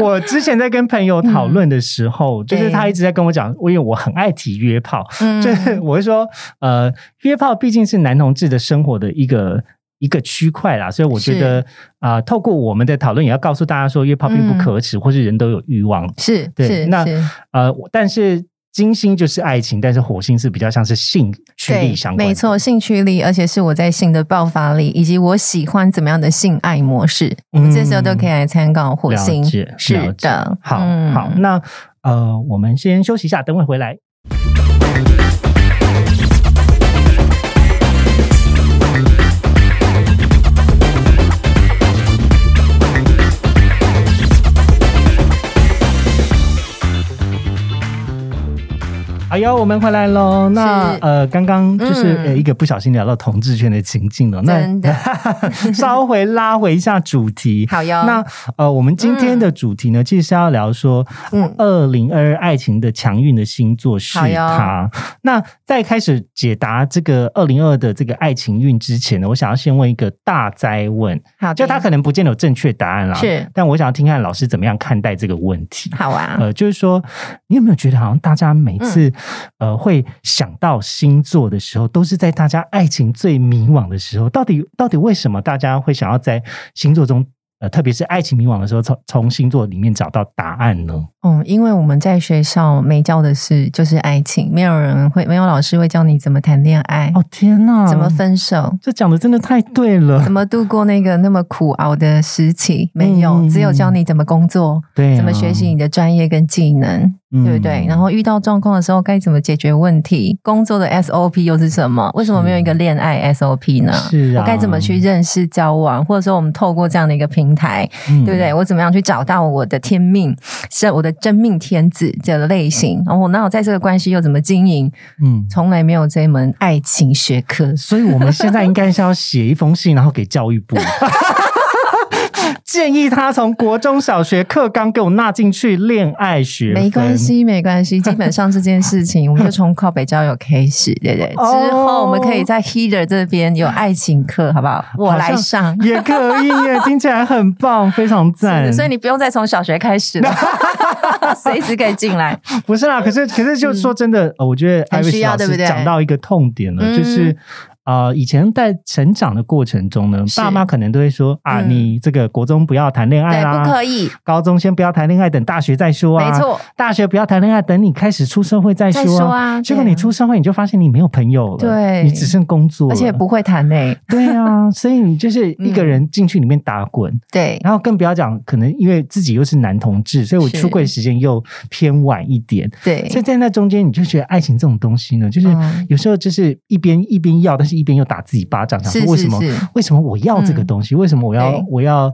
[SPEAKER 1] 我之前在跟朋友讨论的时候，就是他一直在跟我讲，因为我很爱提约炮，
[SPEAKER 2] 嗯
[SPEAKER 1] 就是我会说，呃，约炮毕竟是男同志的生活的一个。一个区块啦，所以我觉得啊、呃透过我们的讨论，也要告诉大家说，约炮并不可耻，或是人都有欲望。
[SPEAKER 2] 是
[SPEAKER 1] 对
[SPEAKER 2] 是
[SPEAKER 1] 那
[SPEAKER 2] 是，
[SPEAKER 1] 呃，我但是金星就是爱情，但是火星是比较像是性驱
[SPEAKER 2] 对
[SPEAKER 1] 力相，关的
[SPEAKER 2] 没错，兴趣力，而且是我在性的爆发力，以及我喜欢怎么样的性爱模式，我们这时候都可以来参考火
[SPEAKER 1] 嗯
[SPEAKER 2] 星
[SPEAKER 1] 了解。了
[SPEAKER 2] 是
[SPEAKER 1] 解
[SPEAKER 2] 的，
[SPEAKER 1] 好、
[SPEAKER 2] 嗯
[SPEAKER 1] 好，那呃，我们先休息一下，等会回来。哎呦，我们回来喽！那
[SPEAKER 2] 是
[SPEAKER 1] 呃，刚刚就是、
[SPEAKER 2] 嗯
[SPEAKER 1] 呃一个不小心聊到同志圈的情境了，
[SPEAKER 2] 真的
[SPEAKER 1] 那 (laughs) 稍微拉回一下主
[SPEAKER 2] (laughs)
[SPEAKER 1] 题。
[SPEAKER 2] 好哟。
[SPEAKER 1] 那呃，我们今天的主题呢，其实是要聊说
[SPEAKER 2] 嗯，
[SPEAKER 1] 二零二二爱情的强运的星座是
[SPEAKER 2] 好哟
[SPEAKER 1] 它。那在开始解答这个二零二的这个爱情运之前呢，我想要先问一个大灾问，
[SPEAKER 2] 好的，
[SPEAKER 1] 就它可能不见得有正确答案啦，
[SPEAKER 2] 是
[SPEAKER 1] 但我想要听看老师怎么样看待这个问题。
[SPEAKER 2] 好啊。
[SPEAKER 1] 呃，就是说，你有没有觉得好像大家每次、
[SPEAKER 2] 嗯
[SPEAKER 1] 呃会想到星座的时候，都是在大家爱情最迷惘的时候？到底到底为什么大家会想要在星座中，呃，特别是爱情迷惘的时候，从从星座里面找到答案呢？
[SPEAKER 2] 嗯，因为我们在学校没教的是就是爱情，没有人会，没有老师会教你怎么谈恋爱，
[SPEAKER 1] 哦天哪，
[SPEAKER 2] 怎么？分手。
[SPEAKER 1] 这讲的真的太对了
[SPEAKER 2] 怎，么度过那个那么苦熬的时期？没有，
[SPEAKER 1] 嗯嗯
[SPEAKER 2] 只有教
[SPEAKER 1] 嗯
[SPEAKER 2] 你怎么工作，
[SPEAKER 1] 对、啊
[SPEAKER 2] 怎么学习，你的专业跟技能。
[SPEAKER 1] 嗯
[SPEAKER 2] 对不对？然。后遇到状况的时候该怎么解决问题？工作的 SOP 又是什么？为什么没有一个恋爱 SOP 呢？
[SPEAKER 1] 是啊
[SPEAKER 2] 我该怎么去认识、交往，或者说我们透过这样的一个平台，
[SPEAKER 1] 嗯
[SPEAKER 2] 对不对？我怎么样去找到我的天命，是我的真命天子的类型？然后我那我在这个关系又怎么经营？
[SPEAKER 1] 嗯，
[SPEAKER 2] 从来没有这一门爱情学科。
[SPEAKER 1] 所以我们现在应该是要写一封信，然后给教育部。 (laughs) 建议他从国中小学课纲给我纳进去恋爱学，
[SPEAKER 2] 没关。系，没关系。基本上这件事情，我们就从靠北交友开始，对不对？
[SPEAKER 1] 哦
[SPEAKER 2] 之后我们可以在 Heater 这边有爱情课，好不好？我来上，
[SPEAKER 1] 也可以耶，听起来很棒，非常赞。
[SPEAKER 2] 所以你不用再从小学
[SPEAKER 1] (laughs)
[SPEAKER 2] 开始了， (laughs) 随时可以进来。
[SPEAKER 1] 不是啦，可是可是就说真的，呃我觉得艾
[SPEAKER 2] 嗯很
[SPEAKER 1] 瑞
[SPEAKER 2] 需
[SPEAKER 1] 斯
[SPEAKER 2] 要
[SPEAKER 1] 老
[SPEAKER 2] 对不
[SPEAKER 1] 师
[SPEAKER 2] 对
[SPEAKER 1] 讲到一个痛点了，
[SPEAKER 2] 嗯
[SPEAKER 1] 就是。啊、以前在成长的过程中呢，
[SPEAKER 2] 是
[SPEAKER 1] 爸妈可能都会说啊，
[SPEAKER 2] 嗯
[SPEAKER 1] 你这个国中不要谈恋爱
[SPEAKER 2] 对，
[SPEAKER 1] 啦，
[SPEAKER 2] 不可以，
[SPEAKER 1] 高中先不要谈恋爱，等大学再说啊。
[SPEAKER 2] 没错，
[SPEAKER 1] 大学不要谈恋爱，等你开始出社会再说
[SPEAKER 2] 再说啊
[SPEAKER 1] 结果
[SPEAKER 2] 对啊
[SPEAKER 1] 你出社会，你就发现你没有朋友了，
[SPEAKER 2] 对
[SPEAKER 1] 你只剩工作了，
[SPEAKER 2] 而且不会欸谈诶。
[SPEAKER 1] 对啊，所以你就是一个人进去里面打滚，
[SPEAKER 2] 对，
[SPEAKER 1] 然后更不要讲，可能因为自己又是男同志，所以我
[SPEAKER 2] 是
[SPEAKER 1] 出柜时间又偏晚一点，
[SPEAKER 2] 对，
[SPEAKER 1] 所以在那中间，你就觉得爱情这种东西呢，就是
[SPEAKER 2] 嗯
[SPEAKER 1] 有时候就是一边一边要，但是一边又打自己巴掌，想
[SPEAKER 2] 是
[SPEAKER 1] 说为什么
[SPEAKER 2] 是是
[SPEAKER 1] 为什么我要这个东西？为什么我要
[SPEAKER 2] 对
[SPEAKER 1] 我要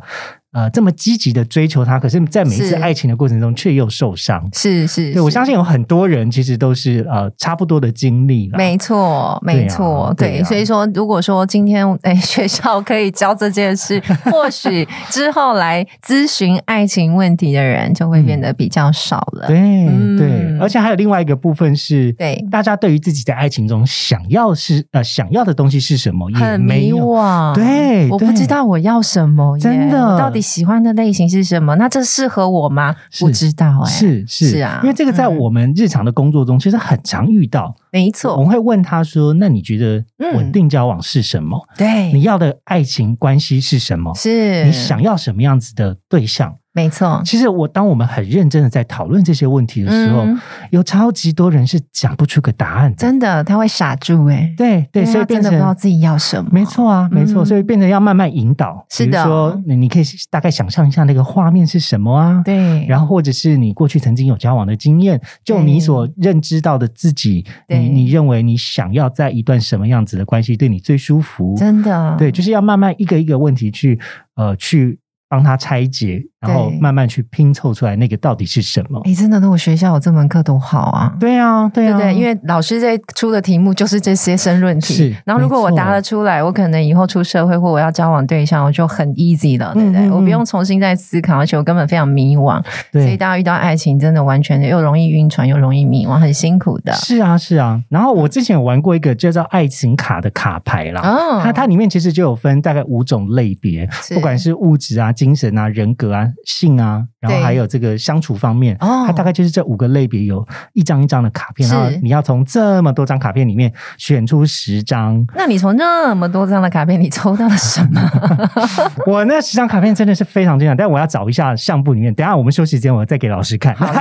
[SPEAKER 1] 呃这么积极的追求它？可是，在每一次
[SPEAKER 2] 是
[SPEAKER 1] 爱情的过程中，却又受伤。
[SPEAKER 2] 是是，
[SPEAKER 1] 对，我
[SPEAKER 2] 是
[SPEAKER 1] 相信有很多人其实都是呃差不多的经历啦。
[SPEAKER 2] 没错，
[SPEAKER 1] 对啊
[SPEAKER 2] 没错，
[SPEAKER 1] 对啊
[SPEAKER 2] 对，所以说，如果说今天诶、哎学校可以教这件事，
[SPEAKER 1] (laughs)
[SPEAKER 2] 或许之后来咨询爱情问题的人就会变得比较少了。
[SPEAKER 1] 对、
[SPEAKER 2] 嗯
[SPEAKER 1] 对，而且还有另外一个部分是，
[SPEAKER 2] 对
[SPEAKER 1] 大家对于自己在爱情中想要是呃想要的东西是什么，也
[SPEAKER 2] 很
[SPEAKER 1] 没
[SPEAKER 2] 迷
[SPEAKER 1] 有
[SPEAKER 2] 惘，
[SPEAKER 1] 对
[SPEAKER 2] 我不
[SPEAKER 1] 对
[SPEAKER 2] 知道我要什么耶，
[SPEAKER 1] 真的
[SPEAKER 2] 我到底喜欢的类型是什么？那这适合我吗？
[SPEAKER 1] 是
[SPEAKER 2] 不知道、哎，
[SPEAKER 1] 是是
[SPEAKER 2] 是啊
[SPEAKER 1] 因为这个在
[SPEAKER 2] 嗯
[SPEAKER 1] 我们日常的工作中其实很常遇到。
[SPEAKER 2] 没
[SPEAKER 1] 我
[SPEAKER 2] 错，
[SPEAKER 1] 们会问他说：“那你觉得
[SPEAKER 2] 嗯
[SPEAKER 1] 稳定交往是什么？
[SPEAKER 2] 对，
[SPEAKER 1] 你要的爱情关系是什么？
[SPEAKER 2] 嗯是
[SPEAKER 1] 你想要什么样子的对象？
[SPEAKER 2] 没错，
[SPEAKER 1] 其实我当我们很认真的在讨论这些问题的时候，
[SPEAKER 2] 嗯
[SPEAKER 1] 有超级多人是讲不出个答案的。
[SPEAKER 2] 真的他会傻住哎、
[SPEAKER 1] 对对，
[SPEAKER 2] 因为
[SPEAKER 1] 所以
[SPEAKER 2] 他真
[SPEAKER 1] 变
[SPEAKER 2] 的不知道
[SPEAKER 1] 成
[SPEAKER 2] 自己要什么。
[SPEAKER 1] 没，错啊，没错，
[SPEAKER 2] 嗯
[SPEAKER 1] 所以变成要慢慢引导。
[SPEAKER 2] 是
[SPEAKER 1] 比如
[SPEAKER 2] 的
[SPEAKER 1] 说你你可以大概想象一下那个画面是什么啊？
[SPEAKER 2] 对，
[SPEAKER 1] 然后或者是你过去曾经有交往的经验，就你所认知到的自己，
[SPEAKER 2] 对
[SPEAKER 1] 你你认为你想要在一段什么样子的关系对你最舒服？
[SPEAKER 2] 真的
[SPEAKER 1] 对，就是要慢慢一个一个问题去呃去帮他拆解，然后
[SPEAKER 2] 对
[SPEAKER 1] 慢慢去拼凑出来那个到底是什么。
[SPEAKER 2] 哎，真的，那我学校有这门课多好啊！
[SPEAKER 1] 对啊，对
[SPEAKER 2] 对
[SPEAKER 1] 啊，
[SPEAKER 2] 不对，因为老师在出的题目就是这些申论题。
[SPEAKER 1] 是
[SPEAKER 2] 然后如果
[SPEAKER 1] 没
[SPEAKER 2] 我
[SPEAKER 1] 错
[SPEAKER 2] 答了出来，我可能以后出社会或我要交往对象，我就很 easy 了，对不对？
[SPEAKER 1] 嗯嗯嗯
[SPEAKER 2] 我不用重新再思考，而且我根本非常迷惘。所以
[SPEAKER 1] 对。
[SPEAKER 2] 大家遇到爱情，真的完全又容易晕船，又容易迷惘，很辛苦的。
[SPEAKER 1] 是啊，是啊。然后我之前有玩过一个叫做爱情卡的卡牌啦，
[SPEAKER 2] 哦
[SPEAKER 1] 它它里面其实就有分大概五种类别，
[SPEAKER 2] 是
[SPEAKER 1] 不管是物质啊、精神啊、人格啊、性啊，然后
[SPEAKER 2] 对
[SPEAKER 1] 还有这个相处方面，
[SPEAKER 2] 哦
[SPEAKER 1] 它大概就是这五个类别有一张一张的卡片，
[SPEAKER 2] 是
[SPEAKER 1] 然后你要从这么多张卡片里面选出十张。
[SPEAKER 2] 那你从那么多张的卡片，你抽到了什么？
[SPEAKER 1] (laughs) 我那十张卡片真的是非常精彩，但我要找一下相簿里面，等一下我们休息时间我再给老师看。
[SPEAKER 2] 好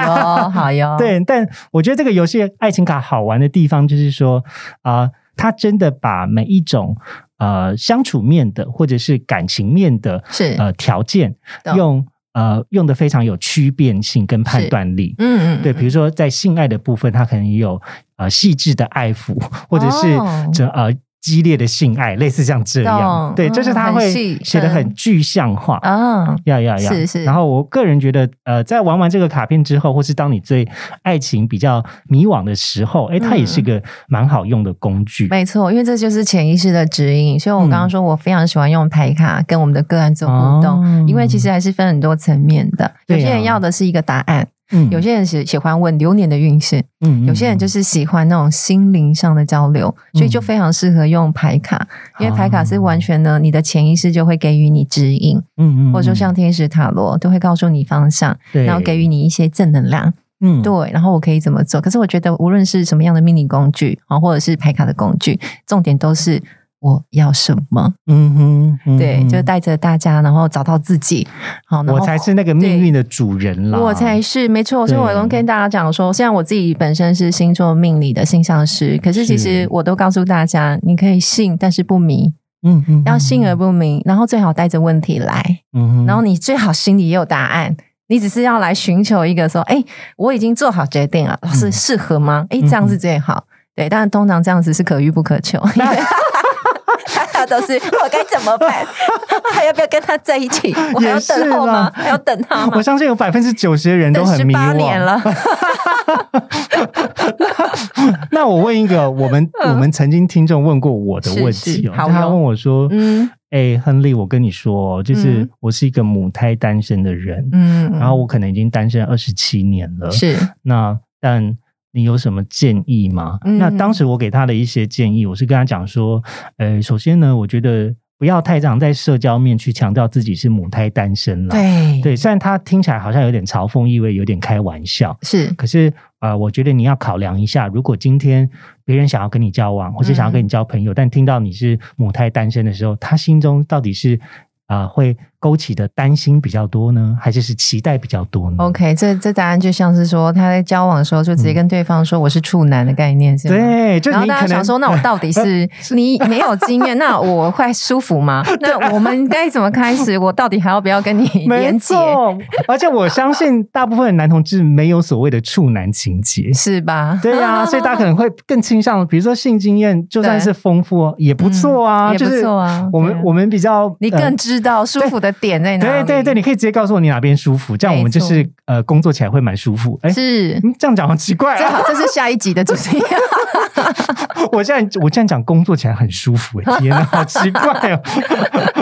[SPEAKER 2] 哟，好哟，，
[SPEAKER 1] 对，但我觉得这个游戏爱情卡好玩的地方就是说，啊、它真的把每一种呃相处面的或者是感情面的
[SPEAKER 2] 是，
[SPEAKER 1] 呃条件
[SPEAKER 2] 懂
[SPEAKER 1] 用呃用的非常有区变性跟判
[SPEAKER 2] 是
[SPEAKER 1] 断力。
[SPEAKER 2] 嗯嗯，
[SPEAKER 1] 对，比如说在性爱的部分，它可能也有呃细致的爱抚，或者是
[SPEAKER 2] 哦
[SPEAKER 1] 这、呃激烈的性爱，类似像这样。
[SPEAKER 2] 懂
[SPEAKER 1] 对，就是
[SPEAKER 2] 嗯
[SPEAKER 1] 它
[SPEAKER 2] 很
[SPEAKER 1] 会
[SPEAKER 2] 细
[SPEAKER 1] 写的很
[SPEAKER 2] 分
[SPEAKER 1] 具象化。
[SPEAKER 2] 啊，
[SPEAKER 1] 呀呀呀！
[SPEAKER 2] 是是
[SPEAKER 1] 然后我个人觉得，呃，在玩完这个卡片之后，或是当你对爱情比较迷惘的时候，哎，它也是个蛮好用的工具。
[SPEAKER 2] 嗯没错，因为这就是潜意识的指引。所以我刚
[SPEAKER 1] 嗯
[SPEAKER 2] 刚说我非常喜欢用牌卡跟我们的个案做互动，
[SPEAKER 1] 哦
[SPEAKER 2] 因为其实还是分很多层面的。有
[SPEAKER 1] 对啊
[SPEAKER 2] 些人要的是一个答案，
[SPEAKER 1] 嗯
[SPEAKER 2] 有些人喜喜欢问流年的运势，
[SPEAKER 1] 嗯
[SPEAKER 2] 有些人就是是喜欢那种心灵上的交流，所以就非常适合用牌卡，因为牌卡是完全呢，你的潜意识就会给予你指引，
[SPEAKER 1] 哦嗯嗯，
[SPEAKER 2] 或者说像
[SPEAKER 1] 嗯
[SPEAKER 2] 天使塔罗都会告诉你方向，
[SPEAKER 1] 对，
[SPEAKER 2] 然后给予你一些正能量。
[SPEAKER 1] 嗯
[SPEAKER 2] 对，然后我可以怎么做？可是我觉得，无论是什么样的命理工具啊，或者是牌卡的工具，重点都是我要什么。
[SPEAKER 1] 嗯哼嗯哼，
[SPEAKER 2] 对，就带着大家，然后找到自己。好，然
[SPEAKER 1] 我
[SPEAKER 2] 后
[SPEAKER 1] 才是那个命运的主人啦，
[SPEAKER 2] 我才是没错，所以我
[SPEAKER 1] 对
[SPEAKER 2] 能跟大家讲说，虽然我自己本身是星座命理的星象师，可是其实
[SPEAKER 1] 是
[SPEAKER 2] 我都告诉大家，你可以信，但是不迷，
[SPEAKER 1] 嗯嗯，
[SPEAKER 2] 要信而不迷，然后最好带着问题来。
[SPEAKER 1] 嗯，嗯
[SPEAKER 2] 然后你最好心里也有答案，你只是要来寻求一个说，哎，我已经做好决定了，老师
[SPEAKER 1] 嗯
[SPEAKER 2] 适合吗？哎，
[SPEAKER 1] 嗯
[SPEAKER 2] 这样是最好。对，但是通常这样子是可遇不可求，因为大家 (laughs) 都是我该怎么办？还要不要跟他在一起？我还要等候吗？
[SPEAKER 1] 也是啦
[SPEAKER 2] 还要等他吗
[SPEAKER 1] 我？相信有百分之九十的人都
[SPEAKER 2] 等
[SPEAKER 1] 很
[SPEAKER 2] 十
[SPEAKER 1] 迷
[SPEAKER 2] 八
[SPEAKER 1] 惘。
[SPEAKER 2] 年 (laughs) 了， (laughs)
[SPEAKER 1] 那我问一个，我们我们曾经听众问过我的问
[SPEAKER 2] 是
[SPEAKER 1] 题
[SPEAKER 2] 嗯是
[SPEAKER 1] 哦，
[SPEAKER 2] 好
[SPEAKER 1] 他
[SPEAKER 2] 哟
[SPEAKER 1] 问我说：“
[SPEAKER 2] 嗯
[SPEAKER 1] 哎、亨利，我跟你说哦，就是
[SPEAKER 2] 嗯
[SPEAKER 1] 我是一个母胎单身的人，
[SPEAKER 2] 嗯，
[SPEAKER 1] 然后我可能已经单身二十七年了。
[SPEAKER 2] 是
[SPEAKER 1] 那但你有什么建议吗？
[SPEAKER 2] 嗯
[SPEAKER 1] 那当时我给他的一些建议，我是跟他讲说，呃，首先呢，我觉得不要太常在社交面去强调自己是母胎单身了。
[SPEAKER 2] 对
[SPEAKER 1] 对，虽然他听起来好像有点嘲讽意味，有点开玩笑，
[SPEAKER 2] 是
[SPEAKER 1] 可是，呃，我觉得你要考量一下，如果今天别人想要跟你交往，或者想要跟你交朋友，但听到你是母胎单身的时候，他心中到底是啊、呃会勾起的担心比较多呢，还是是期待比较多呢
[SPEAKER 2] OK，这这答案就像是说他在交往的时候就直接跟对方说我是处男的概念，是吗？
[SPEAKER 1] 对，就
[SPEAKER 2] 然后
[SPEAKER 1] 你
[SPEAKER 2] 大家
[SPEAKER 1] 可
[SPEAKER 2] 想
[SPEAKER 1] 能 (laughs)
[SPEAKER 2] 说，那我到底是你没有经验，那我会舒
[SPEAKER 1] (laughs)
[SPEAKER 2] 服吗？那我们该怎么开始？我到底还要不要跟你
[SPEAKER 1] 没
[SPEAKER 2] 连接？。
[SPEAKER 1] 错，而且我相信大部分的男同志没有所谓的处男情节
[SPEAKER 2] (laughs) 是吧？
[SPEAKER 1] 对啊，所以大家可能会更倾向，比如说性经验，就算是丰富也不错啊，
[SPEAKER 2] 也
[SPEAKER 1] 就
[SPEAKER 2] 不
[SPEAKER 1] 是
[SPEAKER 2] 错啊
[SPEAKER 1] 我
[SPEAKER 2] 对
[SPEAKER 1] 们
[SPEAKER 2] 啊
[SPEAKER 1] 我们比较
[SPEAKER 2] 你
[SPEAKER 1] 呃
[SPEAKER 2] 更知道舒服的点在哪
[SPEAKER 1] 对
[SPEAKER 2] 里。
[SPEAKER 1] 对对，你可以直接告诉我你哪边舒服，这样我们就是呃工作起来会蛮舒服。哎， (laughs)
[SPEAKER 2] 是
[SPEAKER 1] 嗯这样讲好奇怪
[SPEAKER 2] 最
[SPEAKER 1] 啊！
[SPEAKER 2] 好，这是下一集的主
[SPEAKER 1] (laughs)
[SPEAKER 2] 题。啊
[SPEAKER 1] 我现在我这样讲工作起来很舒服，
[SPEAKER 2] (laughs)
[SPEAKER 1] 哎，天哪，好奇怪哦！ (laughs)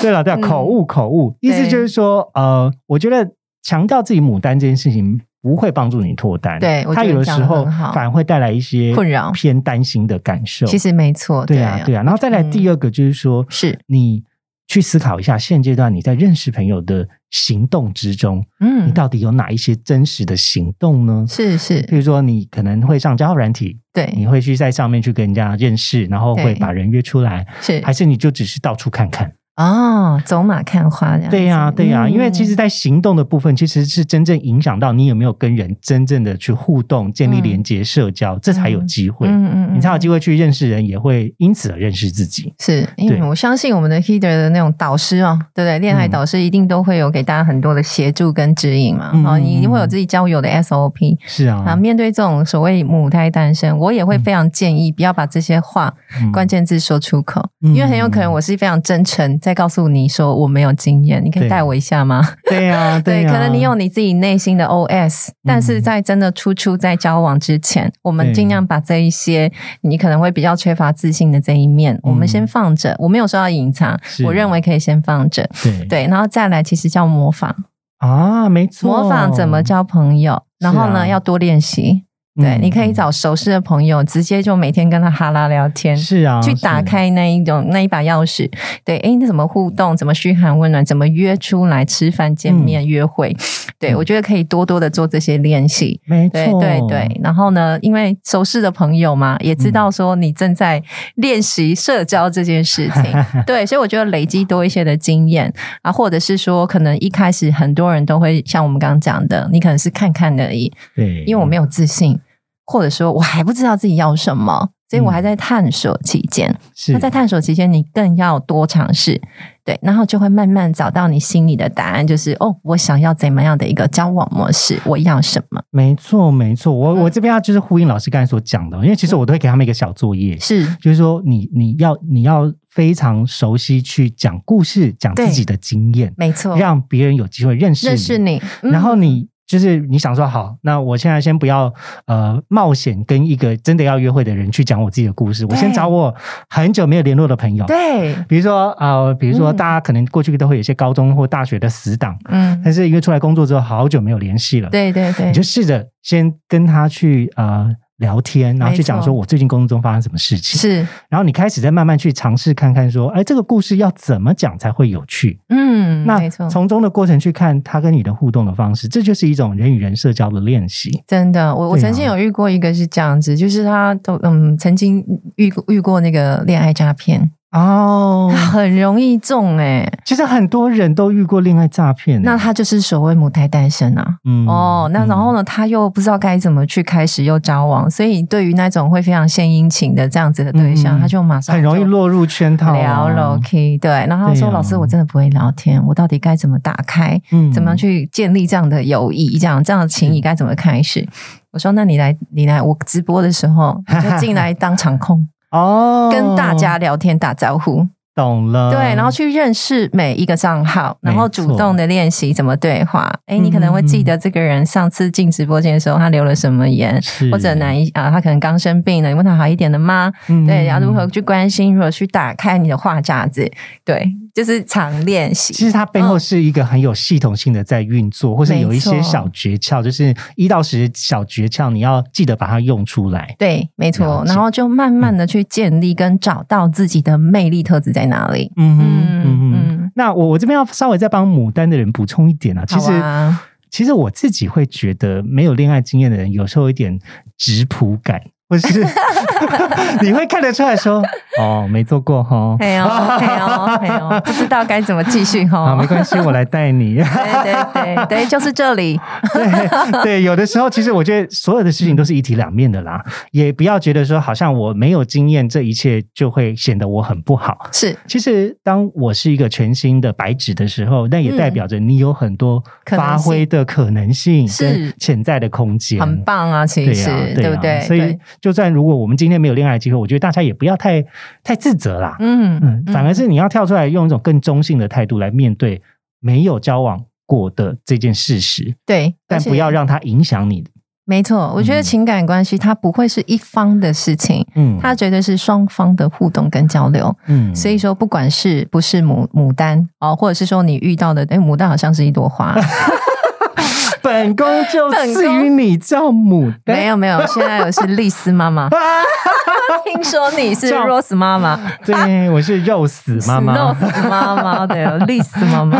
[SPEAKER 1] 对了对
[SPEAKER 2] 嗯
[SPEAKER 1] 了，口误口误，意思就是说呃，我觉得强调自己牡丹这件事情。不会帮助你脱单，
[SPEAKER 2] 对我觉
[SPEAKER 1] 它
[SPEAKER 2] 得
[SPEAKER 1] 有的
[SPEAKER 2] 你
[SPEAKER 1] 时
[SPEAKER 2] 讲得
[SPEAKER 1] 候
[SPEAKER 2] 很好
[SPEAKER 1] 反而会带来一些
[SPEAKER 2] 困扰
[SPEAKER 1] 偏担心的感受。
[SPEAKER 2] 其实没错，
[SPEAKER 1] 对啊，对啊，然后再来第二个就是说，
[SPEAKER 2] 嗯是
[SPEAKER 1] 你去思考一下现阶段你在认识朋友的行动之中，你
[SPEAKER 2] 嗯，
[SPEAKER 1] 到底有哪一些真实的行动呢？
[SPEAKER 2] 是是，
[SPEAKER 1] 比如说，你可能会上交友软体，你
[SPEAKER 2] 对，
[SPEAKER 1] 会去在上面去跟人家认识，然后会
[SPEAKER 2] 对
[SPEAKER 1] 把人约出来，
[SPEAKER 2] 是
[SPEAKER 1] 还是你就只是到处看看？
[SPEAKER 2] 哦，走马看花这样子。
[SPEAKER 1] 对呀、对呀、
[SPEAKER 2] 嗯
[SPEAKER 1] 因为其实，在行动的部分，其实是真正影响到你有没有跟人真正的去互动、建立
[SPEAKER 2] 嗯
[SPEAKER 1] 连接、社交，这才有机会。
[SPEAKER 2] 嗯嗯
[SPEAKER 1] 你才有机
[SPEAKER 2] 会。
[SPEAKER 1] 会去认识人，也会因此而认识自己。
[SPEAKER 2] 是因为
[SPEAKER 1] 对
[SPEAKER 2] 我相信我们的 Heater 的那种导师哦，对不对？恋爱
[SPEAKER 1] 嗯
[SPEAKER 2] 导师一定都会有给大家很多的协助跟指引嘛。
[SPEAKER 1] 嗯
[SPEAKER 2] 哦，你一定会
[SPEAKER 1] 嗯
[SPEAKER 2] 有
[SPEAKER 1] 嗯
[SPEAKER 2] 自己交友的 SOP。
[SPEAKER 1] 是啊，
[SPEAKER 2] 啊，面对这种所谓母胎单身，我也会非常建议不要把这些话、
[SPEAKER 1] 嗯
[SPEAKER 2] 关键字说出口，
[SPEAKER 1] 嗯
[SPEAKER 2] 因为很有可能我是非常真诚在告诉你说我没有经验，你可以
[SPEAKER 1] 对
[SPEAKER 2] 带我一下吗？
[SPEAKER 1] 对啊嗯呀、
[SPEAKER 2] (laughs) 对，
[SPEAKER 1] 呀、
[SPEAKER 2] 可能你有你自己内心的 OS，、但是在真的出出在交往之前，我们
[SPEAKER 1] 对
[SPEAKER 2] 尽量把这一些你可能会比较缺乏自信的这一面，我们先放着。我没有说要隐藏，
[SPEAKER 1] 嗯是嗯
[SPEAKER 2] 我认为可以先放着。
[SPEAKER 1] 对
[SPEAKER 2] 对，然后再来，其实叫模仿，
[SPEAKER 1] 啊，没错，
[SPEAKER 2] 模仿怎么交朋友，然后
[SPEAKER 1] 是
[SPEAKER 2] 呢、
[SPEAKER 1] 啊
[SPEAKER 2] 要多练习。对，
[SPEAKER 1] 嗯
[SPEAKER 2] 你可以找熟识的朋友，直接就每天跟他哈拉聊天。
[SPEAKER 1] 是啊，
[SPEAKER 2] 去打
[SPEAKER 1] 是
[SPEAKER 2] 开那一种那一把钥匙，对，诶，那怎么互动，怎么嘘寒问暖，怎么约出来吃饭、见面、约会，对
[SPEAKER 1] 嗯
[SPEAKER 2] 我觉得可以多多的做这些练习。
[SPEAKER 1] 没
[SPEAKER 2] 对
[SPEAKER 1] 错，
[SPEAKER 2] 对对，然后呢，因为熟识的朋友嘛，也知
[SPEAKER 1] 嗯
[SPEAKER 2] 道说你正在练习社交这件事情，
[SPEAKER 1] (laughs)
[SPEAKER 2] 对，所以我觉得累积多一些的经验啊，或者是说，可能一开始很多人都会像我们刚刚讲的，你可能是看看而已，
[SPEAKER 1] 对，
[SPEAKER 2] 因为我没有自信，或者说我还不知道自己要什么，所以我还在探索期间。
[SPEAKER 1] 是
[SPEAKER 2] 那在探索期间，你更要多尝试，对，然后就会慢慢找到你心里的答案，就是哦，我想要怎么样的一个交往模式，我要什么？
[SPEAKER 1] 没错没错，我、
[SPEAKER 2] 嗯
[SPEAKER 1] 我这边要就是呼应老师刚才所讲的，因为其实我都会给他们一个小作业，
[SPEAKER 2] 是
[SPEAKER 1] 就是说你你要你要非常熟悉去讲故事，讲
[SPEAKER 2] 对
[SPEAKER 1] 自己的经验，
[SPEAKER 2] 没错，
[SPEAKER 1] 让别人有机会认识
[SPEAKER 2] 认识你，嗯
[SPEAKER 1] 然后你就是你想说好，那我现在先不要呃冒险跟一个真的要约会的人去讲我自己的故事，我
[SPEAKER 2] 对
[SPEAKER 1] 先找我很久没有联络的朋友。
[SPEAKER 2] 对，
[SPEAKER 1] 比如说啊、呃比如说
[SPEAKER 2] 嗯
[SPEAKER 1] 大家可能过去都会有一些高中或大学的死党，
[SPEAKER 2] 嗯，
[SPEAKER 1] 但是因为出来工作之后好久没有联系了，
[SPEAKER 2] 对对对
[SPEAKER 1] 你就，试着先跟他去呃聊天，然后去
[SPEAKER 2] 没错
[SPEAKER 1] 讲说我最近工作中发生什么事情，
[SPEAKER 2] 是，
[SPEAKER 1] 然后你开始再慢慢去尝试看看说，哎，这个故事要怎么讲才会有趣？
[SPEAKER 2] 嗯，
[SPEAKER 1] 那
[SPEAKER 2] 没错，
[SPEAKER 1] 从中的过程去看他跟你的互动的方式，这就是一种人与人社交的练习。
[SPEAKER 2] 真的，我我
[SPEAKER 1] 对啊
[SPEAKER 2] 曾经有遇过一个是这样子，就是他都嗯，曾经遇过遇过那个恋爱诈骗，
[SPEAKER 1] 哦
[SPEAKER 2] 很容易中哎、
[SPEAKER 1] 其实很多人都遇过恋爱诈骗欸、
[SPEAKER 2] 那他就是所谓母胎单身啊。
[SPEAKER 1] 嗯
[SPEAKER 2] 哦，那然后
[SPEAKER 1] 呢？
[SPEAKER 2] 呢，他又不知道该怎么去开始又交往，所以对于那种会非常献殷勤的这样子的对象，
[SPEAKER 1] 嗯
[SPEAKER 2] 他就马上
[SPEAKER 1] 很容易
[SPEAKER 2] 就
[SPEAKER 1] 落入圈套、啊
[SPEAKER 2] 聊了。OK，对，然后他说：“
[SPEAKER 1] 对啊
[SPEAKER 2] 老师，我真的不会聊天，我到底该怎么打开？
[SPEAKER 1] 嗯
[SPEAKER 2] 怎么样？去建立这样的友谊？这样这样的情谊该怎么开始？”我说：“那你来，你来，我直播的时
[SPEAKER 1] (laughs)
[SPEAKER 2] 候你就进来当场控，
[SPEAKER 1] 哦，
[SPEAKER 2] 跟大家聊天打招呼。
[SPEAKER 1] 懂了。
[SPEAKER 2] 对，然后去认识每一个账号，
[SPEAKER 1] 没
[SPEAKER 2] 然后主动的练习怎么对话。哎，你可能会记得这个人上次进直播间的时候，他留了什么言，
[SPEAKER 1] 是
[SPEAKER 2] 或者哪一啊，他可能刚生病了，你问他好一点了吗？
[SPEAKER 1] 嗯
[SPEAKER 2] 对，啊然后如何去关心，如何去打开你的话匣子，对，就是常练习。
[SPEAKER 1] 其实它背后是一个很有系统性的在运作，或是有一
[SPEAKER 2] 嗯没
[SPEAKER 1] 些
[SPEAKER 2] 错
[SPEAKER 1] 小诀窍，就是一到十小诀窍，你要记得把它用出来。
[SPEAKER 2] 对，没错
[SPEAKER 1] 了，解
[SPEAKER 2] 然后就慢慢的去建立跟找到自己的魅力特质在哪里。
[SPEAKER 1] 嗯哼嗯哼。
[SPEAKER 2] 嗯嗯，
[SPEAKER 1] 那我我这边要稍微再帮牡丹的人补充一点啊，其实、
[SPEAKER 2] 好啊
[SPEAKER 1] 其实我自己会觉得没有恋爱经验的人有时候有一点质朴感，或是 (laughs)
[SPEAKER 2] (laughs)
[SPEAKER 1] 你会看得出来说哦没做过哈，
[SPEAKER 2] 哎呦哎呦
[SPEAKER 1] (laughs)
[SPEAKER 2] 哎呦，不知道该怎么继续哦
[SPEAKER 1] 啊
[SPEAKER 2] 哈
[SPEAKER 1] 没。关系，我来带你。
[SPEAKER 2] 对对对对，就是这里。
[SPEAKER 1] 对对，有的时候其实我觉得所有的事情都是一体两面的啦，也不要觉得说好像我没有经验，这一切就会显得我很不好。
[SPEAKER 2] 是
[SPEAKER 1] 其实，当我是一个全新的白纸的时候，那也代表着你有很多
[SPEAKER 2] 嗯可能
[SPEAKER 1] 发
[SPEAKER 2] 性
[SPEAKER 1] 挥的可能性
[SPEAKER 2] 是
[SPEAKER 1] 跟潜在的空间。
[SPEAKER 2] 很棒啊，其
[SPEAKER 1] 对
[SPEAKER 2] 实、
[SPEAKER 1] 呀，
[SPEAKER 2] 对
[SPEAKER 1] 呀
[SPEAKER 2] 不对？
[SPEAKER 1] 所以
[SPEAKER 2] 对，，
[SPEAKER 1] 就算如果我们今天没有恋爱的机会，我觉得大家也不要太太自责啦。
[SPEAKER 2] 嗯
[SPEAKER 1] 嗯，反而是你要跳出来，用一种更中性的态度来面对没有交往过的这件事实，
[SPEAKER 2] 对，
[SPEAKER 1] 但
[SPEAKER 2] 而且
[SPEAKER 1] 不要让它影响你。
[SPEAKER 2] 没错，我觉得
[SPEAKER 1] 嗯
[SPEAKER 2] 情感关系它不会是一方的事情，
[SPEAKER 1] 嗯，
[SPEAKER 2] 它绝对是双方的互动跟交流。
[SPEAKER 1] 嗯
[SPEAKER 2] 所以说，不管是
[SPEAKER 1] (laughs)
[SPEAKER 2] 不是牡牡丹哦，或者是说你遇到的，哎，牡丹好像是一朵花，
[SPEAKER 1] 本宫就赐予你叫牡丹。
[SPEAKER 2] 没有没有，现在我是丽丝妈妈。听说你是
[SPEAKER 1] 这样
[SPEAKER 2] Rose 妈妈，
[SPEAKER 1] (laughs) 对，我是肉死妈妈。
[SPEAKER 2] ，Rose 妈妈，对，丽丝妈妈。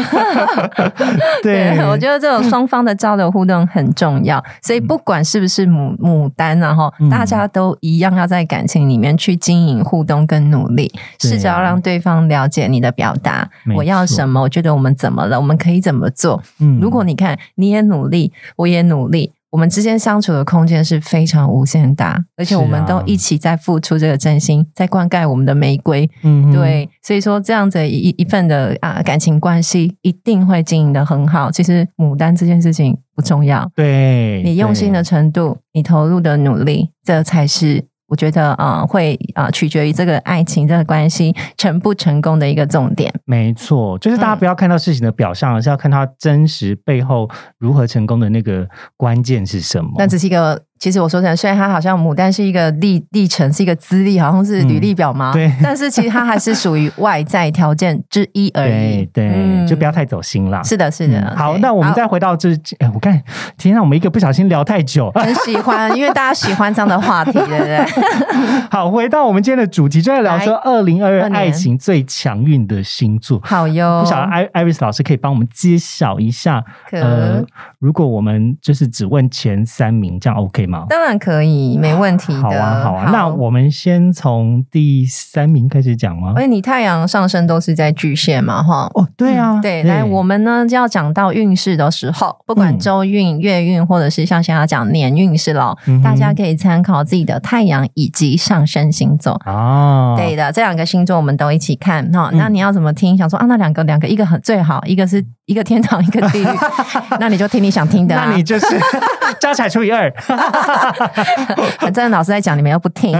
[SPEAKER 1] 对，嗯
[SPEAKER 2] 我觉得这种双方的交流互动很重要，所以不管是不是牡牡丹、啊，然后
[SPEAKER 1] 嗯
[SPEAKER 2] 大家都一样要在感情里面去经营互动跟努力，
[SPEAKER 1] 对啊
[SPEAKER 2] 试着要让对方了解你的表达
[SPEAKER 1] 没，
[SPEAKER 2] 我要
[SPEAKER 1] 错
[SPEAKER 2] 什么，我觉得我们怎么了，我们可以怎么做。
[SPEAKER 1] 嗯
[SPEAKER 2] 如果你看你也努力，我也努力。我们之间相处的空间是非常无限大，而且我们
[SPEAKER 1] 是啊
[SPEAKER 2] 都一起在付出这个真心，在灌溉我们的玫瑰，
[SPEAKER 1] 嗯哼
[SPEAKER 2] 对，所以说这样子一一份的啊感情关系一定会经营的很好。其实牡丹这件事情不重要，
[SPEAKER 1] 对，
[SPEAKER 2] 你用心的程度，你投入的努力，这才是我觉得啊、呃会啊、呃取决于这个爱情这个关系成不成功的一个重点。
[SPEAKER 1] 没错，就是大家
[SPEAKER 2] 嗯
[SPEAKER 1] 不要看到事情的表象，而是要看它真实背后如何成功的那个关键是什么。
[SPEAKER 2] 那只是一个，其实我说真的，虽然它好像牡丹是一个历历程，是一个资历，好像是履历表嘛，
[SPEAKER 1] 对 (laughs)
[SPEAKER 2] 但是其实它还是属于外在条件之一而
[SPEAKER 1] 对。
[SPEAKER 2] 已
[SPEAKER 1] 对、
[SPEAKER 2] 嗯
[SPEAKER 1] 就不要太走心啦。
[SPEAKER 2] 是的，是的。
[SPEAKER 1] 嗯好，
[SPEAKER 2] 对
[SPEAKER 1] 那我们再回到这，哎，我看，天啊，我们一个不小心聊太久。
[SPEAKER 2] 很喜欢，因为大家喜欢这样的话题，对不对？
[SPEAKER 1] 好，回到我们今天的主题，就在聊说二零二二
[SPEAKER 2] 2022
[SPEAKER 1] 爱情最强运的星座。
[SPEAKER 2] 好哟，
[SPEAKER 1] (laughs) 不晓得艾艾瑞斯老师可以帮我们揭晓一下，
[SPEAKER 2] 哦可、
[SPEAKER 1] 呃，如果我们就是只问前三名，这样 OK 吗？
[SPEAKER 2] 当然可以，没问题的。
[SPEAKER 1] 好啊，好啊。那我们先从第三名开始讲吗
[SPEAKER 2] 而？且你太阳上升都是在巨蟹嘛，哈。
[SPEAKER 1] 哦，对啊，
[SPEAKER 2] 嗯对，来，我们呢就要讲到运势的时候，不管
[SPEAKER 1] 嗯
[SPEAKER 2] 周运、月运，或者是像现在讲年运势咯，
[SPEAKER 1] 嗯哼
[SPEAKER 2] 大家可以参考自己的太阳以及上升星座。
[SPEAKER 1] 啊，
[SPEAKER 2] 对的，这两个星座我们都一起看哈、
[SPEAKER 1] 嗯
[SPEAKER 2] 那你要怎么听？想说啊，那两个两个，一个很最好，一个是一个天堂，一个
[SPEAKER 1] (laughs)
[SPEAKER 2] 地狱，那你就听你想听的、啊。
[SPEAKER 1] 那你
[SPEAKER 2] (laughs)
[SPEAKER 1] 就是加起来除以二，
[SPEAKER 2] 反正老师 (laughs) 在讲，你们又不
[SPEAKER 1] (laughs)
[SPEAKER 2] 听。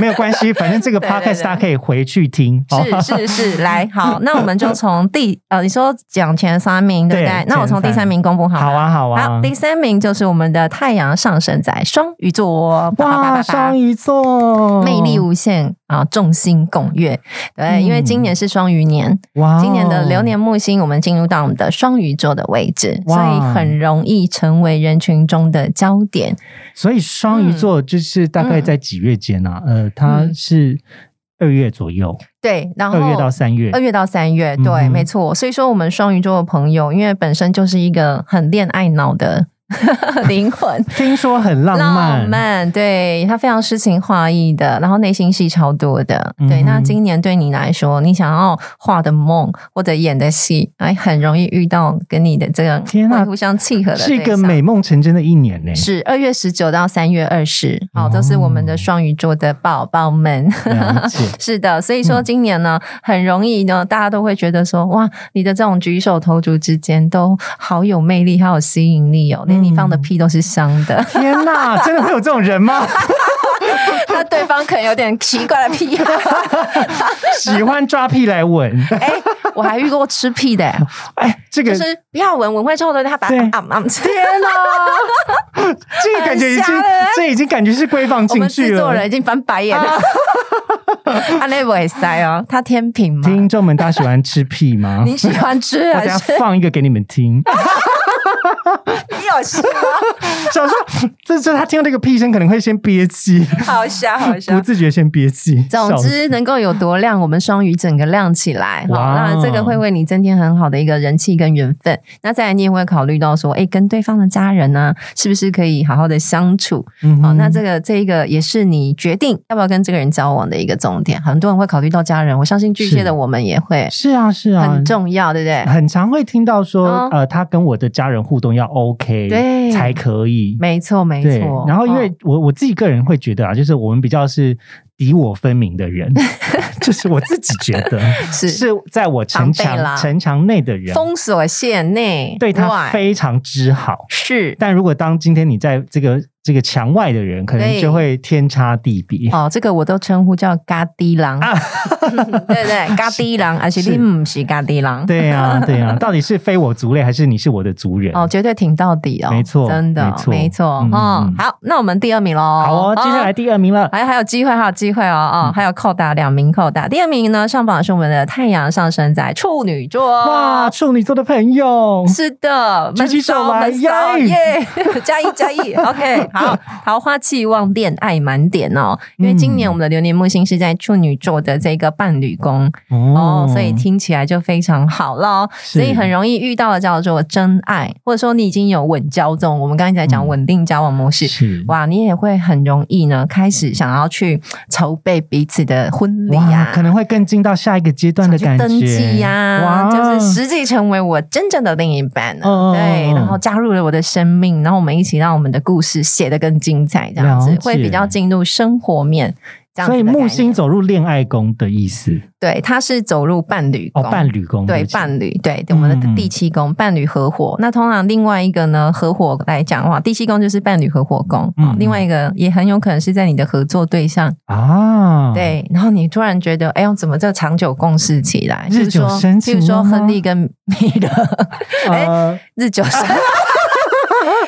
[SPEAKER 1] 没有关系，反正这个
[SPEAKER 2] 对对对
[SPEAKER 1] podcast 大家可以回去听。哦
[SPEAKER 2] 是是是，来好，那我们就从第呃，你说讲前三名对不
[SPEAKER 1] 对
[SPEAKER 2] 对？那我从第
[SPEAKER 1] 前三
[SPEAKER 2] 三名公布好了。
[SPEAKER 1] 好啊，好啊
[SPEAKER 2] 好，。第三名就是我们的太阳上升在双鱼座哦，叭叭叭叭
[SPEAKER 1] 哇，
[SPEAKER 2] 叭
[SPEAKER 1] 双鱼座
[SPEAKER 2] 魅力无限啊，众星拱月。对，
[SPEAKER 1] 嗯
[SPEAKER 2] 因为今年是双鱼年，
[SPEAKER 1] 哇哦
[SPEAKER 2] 今年的流年木星我们进入到我们的双鱼座的位置，所以
[SPEAKER 1] 哇
[SPEAKER 2] 很容易成为人群中的焦点。
[SPEAKER 1] 所以双鱼座就是大
[SPEAKER 2] 嗯
[SPEAKER 1] 概在几月间啊？呃，它是二月左右，
[SPEAKER 2] 对，然后
[SPEAKER 1] 二月到三月
[SPEAKER 2] 哦二。月到三月，
[SPEAKER 1] 嗯
[SPEAKER 2] 对，
[SPEAKER 1] 哼
[SPEAKER 2] 没错。所以说，我们双鱼座的朋友，因为本身就是一个很恋爱脑的 (laughs) 灵魂，
[SPEAKER 1] 听说很浪漫，
[SPEAKER 2] 浪漫，对他非常诗情画意的，然后内心戏超多的。
[SPEAKER 1] 嗯
[SPEAKER 2] 对，
[SPEAKER 1] 哼
[SPEAKER 2] 那今年对你来说，你想要画的梦或者演的戏，哎，很容易遇到跟你的这个
[SPEAKER 1] 天啊
[SPEAKER 2] 会互相契合的
[SPEAKER 1] 是一
[SPEAKER 2] 对
[SPEAKER 1] 个
[SPEAKER 2] 象。
[SPEAKER 1] 美梦成真的一年呢。
[SPEAKER 2] 是二月十九到三月二十，好，都是我们的双鱼座的宝宝们。
[SPEAKER 1] 了解，
[SPEAKER 2] 是的，所以说
[SPEAKER 1] 嗯
[SPEAKER 2] 今年呢，很容易呢，大家都会觉得说，哇，你的这种举手投足之间都好有魅力，好有吸引力哦，连你放的屁都是香的，
[SPEAKER 1] 天哪，真的会有这种人
[SPEAKER 2] (laughs)
[SPEAKER 1] 吗？
[SPEAKER 2] 那对方可能有点奇怪的癖好。
[SPEAKER 1] 喜欢抓屁来吻，
[SPEAKER 2] 哎、我还遇过吃屁的、
[SPEAKER 1] 哎，这个
[SPEAKER 2] 就是不要闻，闻会臭的，他把它
[SPEAKER 1] 对
[SPEAKER 2] 啊啊啊吃。
[SPEAKER 1] 天哪，这个感觉已经
[SPEAKER 2] 很瞎了，
[SPEAKER 1] 这已经感觉是规放
[SPEAKER 2] 我
[SPEAKER 1] 进
[SPEAKER 2] 们
[SPEAKER 1] 去
[SPEAKER 2] 制作人
[SPEAKER 1] 了。
[SPEAKER 2] 已经翻白眼了，阿内不也塞哦，他天平
[SPEAKER 1] (laughs)
[SPEAKER 2] 嘛，
[SPEAKER 1] 听众们，大家喜欢吃屁吗？
[SPEAKER 2] 你喜欢吃
[SPEAKER 1] 我
[SPEAKER 2] 还
[SPEAKER 1] 等下
[SPEAKER 2] 是
[SPEAKER 1] 放一个给你们听。
[SPEAKER 2] 你有事吗？
[SPEAKER 1] 想说，这这他听到这个屁声，可能会先憋气，
[SPEAKER 2] 好笑，好笑
[SPEAKER 1] 不。自觉先憋气。
[SPEAKER 2] 啊 (laughs) 总
[SPEAKER 1] 笑死，
[SPEAKER 2] 之，能够有多亮，我们双鱼整个亮起来，
[SPEAKER 1] 哇哦
[SPEAKER 2] 好，那这个会为你增添很好的一个人气跟缘分。那再来，你也会考虑到说，哎，跟对方的家人呢、是不是可以好好的相处？
[SPEAKER 1] 嗯
[SPEAKER 2] 好，
[SPEAKER 1] 哼
[SPEAKER 2] 哦那这个这一个也是你决定要不要跟这个人交往的一个重点。很多人会考虑到家人，我相信巨蟹
[SPEAKER 1] 是
[SPEAKER 2] 的我们也会
[SPEAKER 1] 是啊是啊，
[SPEAKER 2] 很重要，对不对？
[SPEAKER 1] 很常会听到说，
[SPEAKER 2] 嗯
[SPEAKER 1] 呃，他跟我的家人互动要 OK，
[SPEAKER 2] 对
[SPEAKER 1] 才可以，
[SPEAKER 2] 没错，没
[SPEAKER 1] 对
[SPEAKER 2] 错。。
[SPEAKER 1] 然后，因为
[SPEAKER 2] 哦
[SPEAKER 1] 我我自己个人会觉得啊，就是我们比较是敌我分明的
[SPEAKER 2] (laughs)
[SPEAKER 1] 人，就是我自己觉得
[SPEAKER 2] 是
[SPEAKER 1] 在我城
[SPEAKER 2] 防备啦
[SPEAKER 1] 墙城墙内的人，
[SPEAKER 2] 封锁线内
[SPEAKER 1] 对他
[SPEAKER 2] 外
[SPEAKER 1] 非常之好。
[SPEAKER 2] 是
[SPEAKER 1] 但如果当今天你在这个这个墙外的人，可能
[SPEAKER 2] 对
[SPEAKER 1] 就会天差地别。
[SPEAKER 2] 哦，这个我都称呼叫咖喱狼，
[SPEAKER 1] (laughs)
[SPEAKER 2] 对对，咖喱狼，而且
[SPEAKER 1] 是
[SPEAKER 2] 你不是咖喱狼，
[SPEAKER 1] 对呀、对呀、到底是非我族类，还是你是我的族人？
[SPEAKER 2] 哦，绝对挺到底哦，
[SPEAKER 1] 没错
[SPEAKER 2] 真的
[SPEAKER 1] 没错
[SPEAKER 2] 没错，
[SPEAKER 1] 嗯
[SPEAKER 2] 哦
[SPEAKER 1] 嗯，
[SPEAKER 2] 好，那我们第二名喽，
[SPEAKER 1] 好哦，接下来嗯第二名了。
[SPEAKER 2] 还还有机会，还有机会哦哦，还有扣打两名扣打，第二名呢上榜的是我们的太阳上升在处女座，
[SPEAKER 1] 哇，处女座的朋友，
[SPEAKER 2] 是的，
[SPEAKER 1] 举起手来
[SPEAKER 2] 闷骚
[SPEAKER 1] 耶
[SPEAKER 2] 闷骚耶！ (laughs) 加一加一，OK，好，
[SPEAKER 1] (laughs)
[SPEAKER 2] 桃花气旺，恋爱满点哦。因为今年
[SPEAKER 1] 嗯
[SPEAKER 2] 我们的流年木星是在处女座的这个伴侣宫、哦，所以听起来就非常好咯。所以很容易遇到的叫做真爱，或者说你已经有稳交这种，我们刚才在讲
[SPEAKER 1] 嗯
[SPEAKER 2] 稳定交往模式。
[SPEAKER 1] 是
[SPEAKER 2] 哇，你也会很容易呢，开始想要去筹备彼此的婚礼
[SPEAKER 1] 哇
[SPEAKER 2] 啊，
[SPEAKER 1] 可能会更进到下一个阶段
[SPEAKER 2] 想
[SPEAKER 1] 的
[SPEAKER 2] 去
[SPEAKER 1] 感觉，
[SPEAKER 2] 登记呀、
[SPEAKER 1] 哇，
[SPEAKER 2] 就是实际成为我真正的另一半了，
[SPEAKER 1] 嗯嗯嗯
[SPEAKER 2] 对，然后加入了我的生命，然后我们一起让我们的故事写得更精彩，这样子
[SPEAKER 1] 了解
[SPEAKER 2] 会比较进入生活面。这样子
[SPEAKER 1] 所
[SPEAKER 2] 的
[SPEAKER 1] 以
[SPEAKER 2] 概念
[SPEAKER 1] 木星走入恋爱宫的意思
[SPEAKER 2] 对，它是走入伴侣
[SPEAKER 1] 哦，
[SPEAKER 2] 宫
[SPEAKER 1] 伴侣宫
[SPEAKER 2] 对
[SPEAKER 1] 不起
[SPEAKER 2] 伴侣，对我们的
[SPEAKER 1] 嗯
[SPEAKER 2] 第七宫、伴侣合伙。那通常另外一个呢，合伙来讲的话，第七宫就是伴侣合伙宫，
[SPEAKER 1] 嗯
[SPEAKER 2] 哦另外一个也很有可能是在你的合作对象。
[SPEAKER 1] 啊，，
[SPEAKER 2] 对，然后你突然觉得，哎呦，怎么这长久共事起来？
[SPEAKER 1] 日久
[SPEAKER 2] 譬如说
[SPEAKER 1] 生
[SPEAKER 2] 譬如
[SPEAKER 1] 情
[SPEAKER 2] 说
[SPEAKER 1] 了吗
[SPEAKER 2] 亨利跟米勒，哎、
[SPEAKER 1] 呃，
[SPEAKER 2] 日久生，
[SPEAKER 1] (laughs)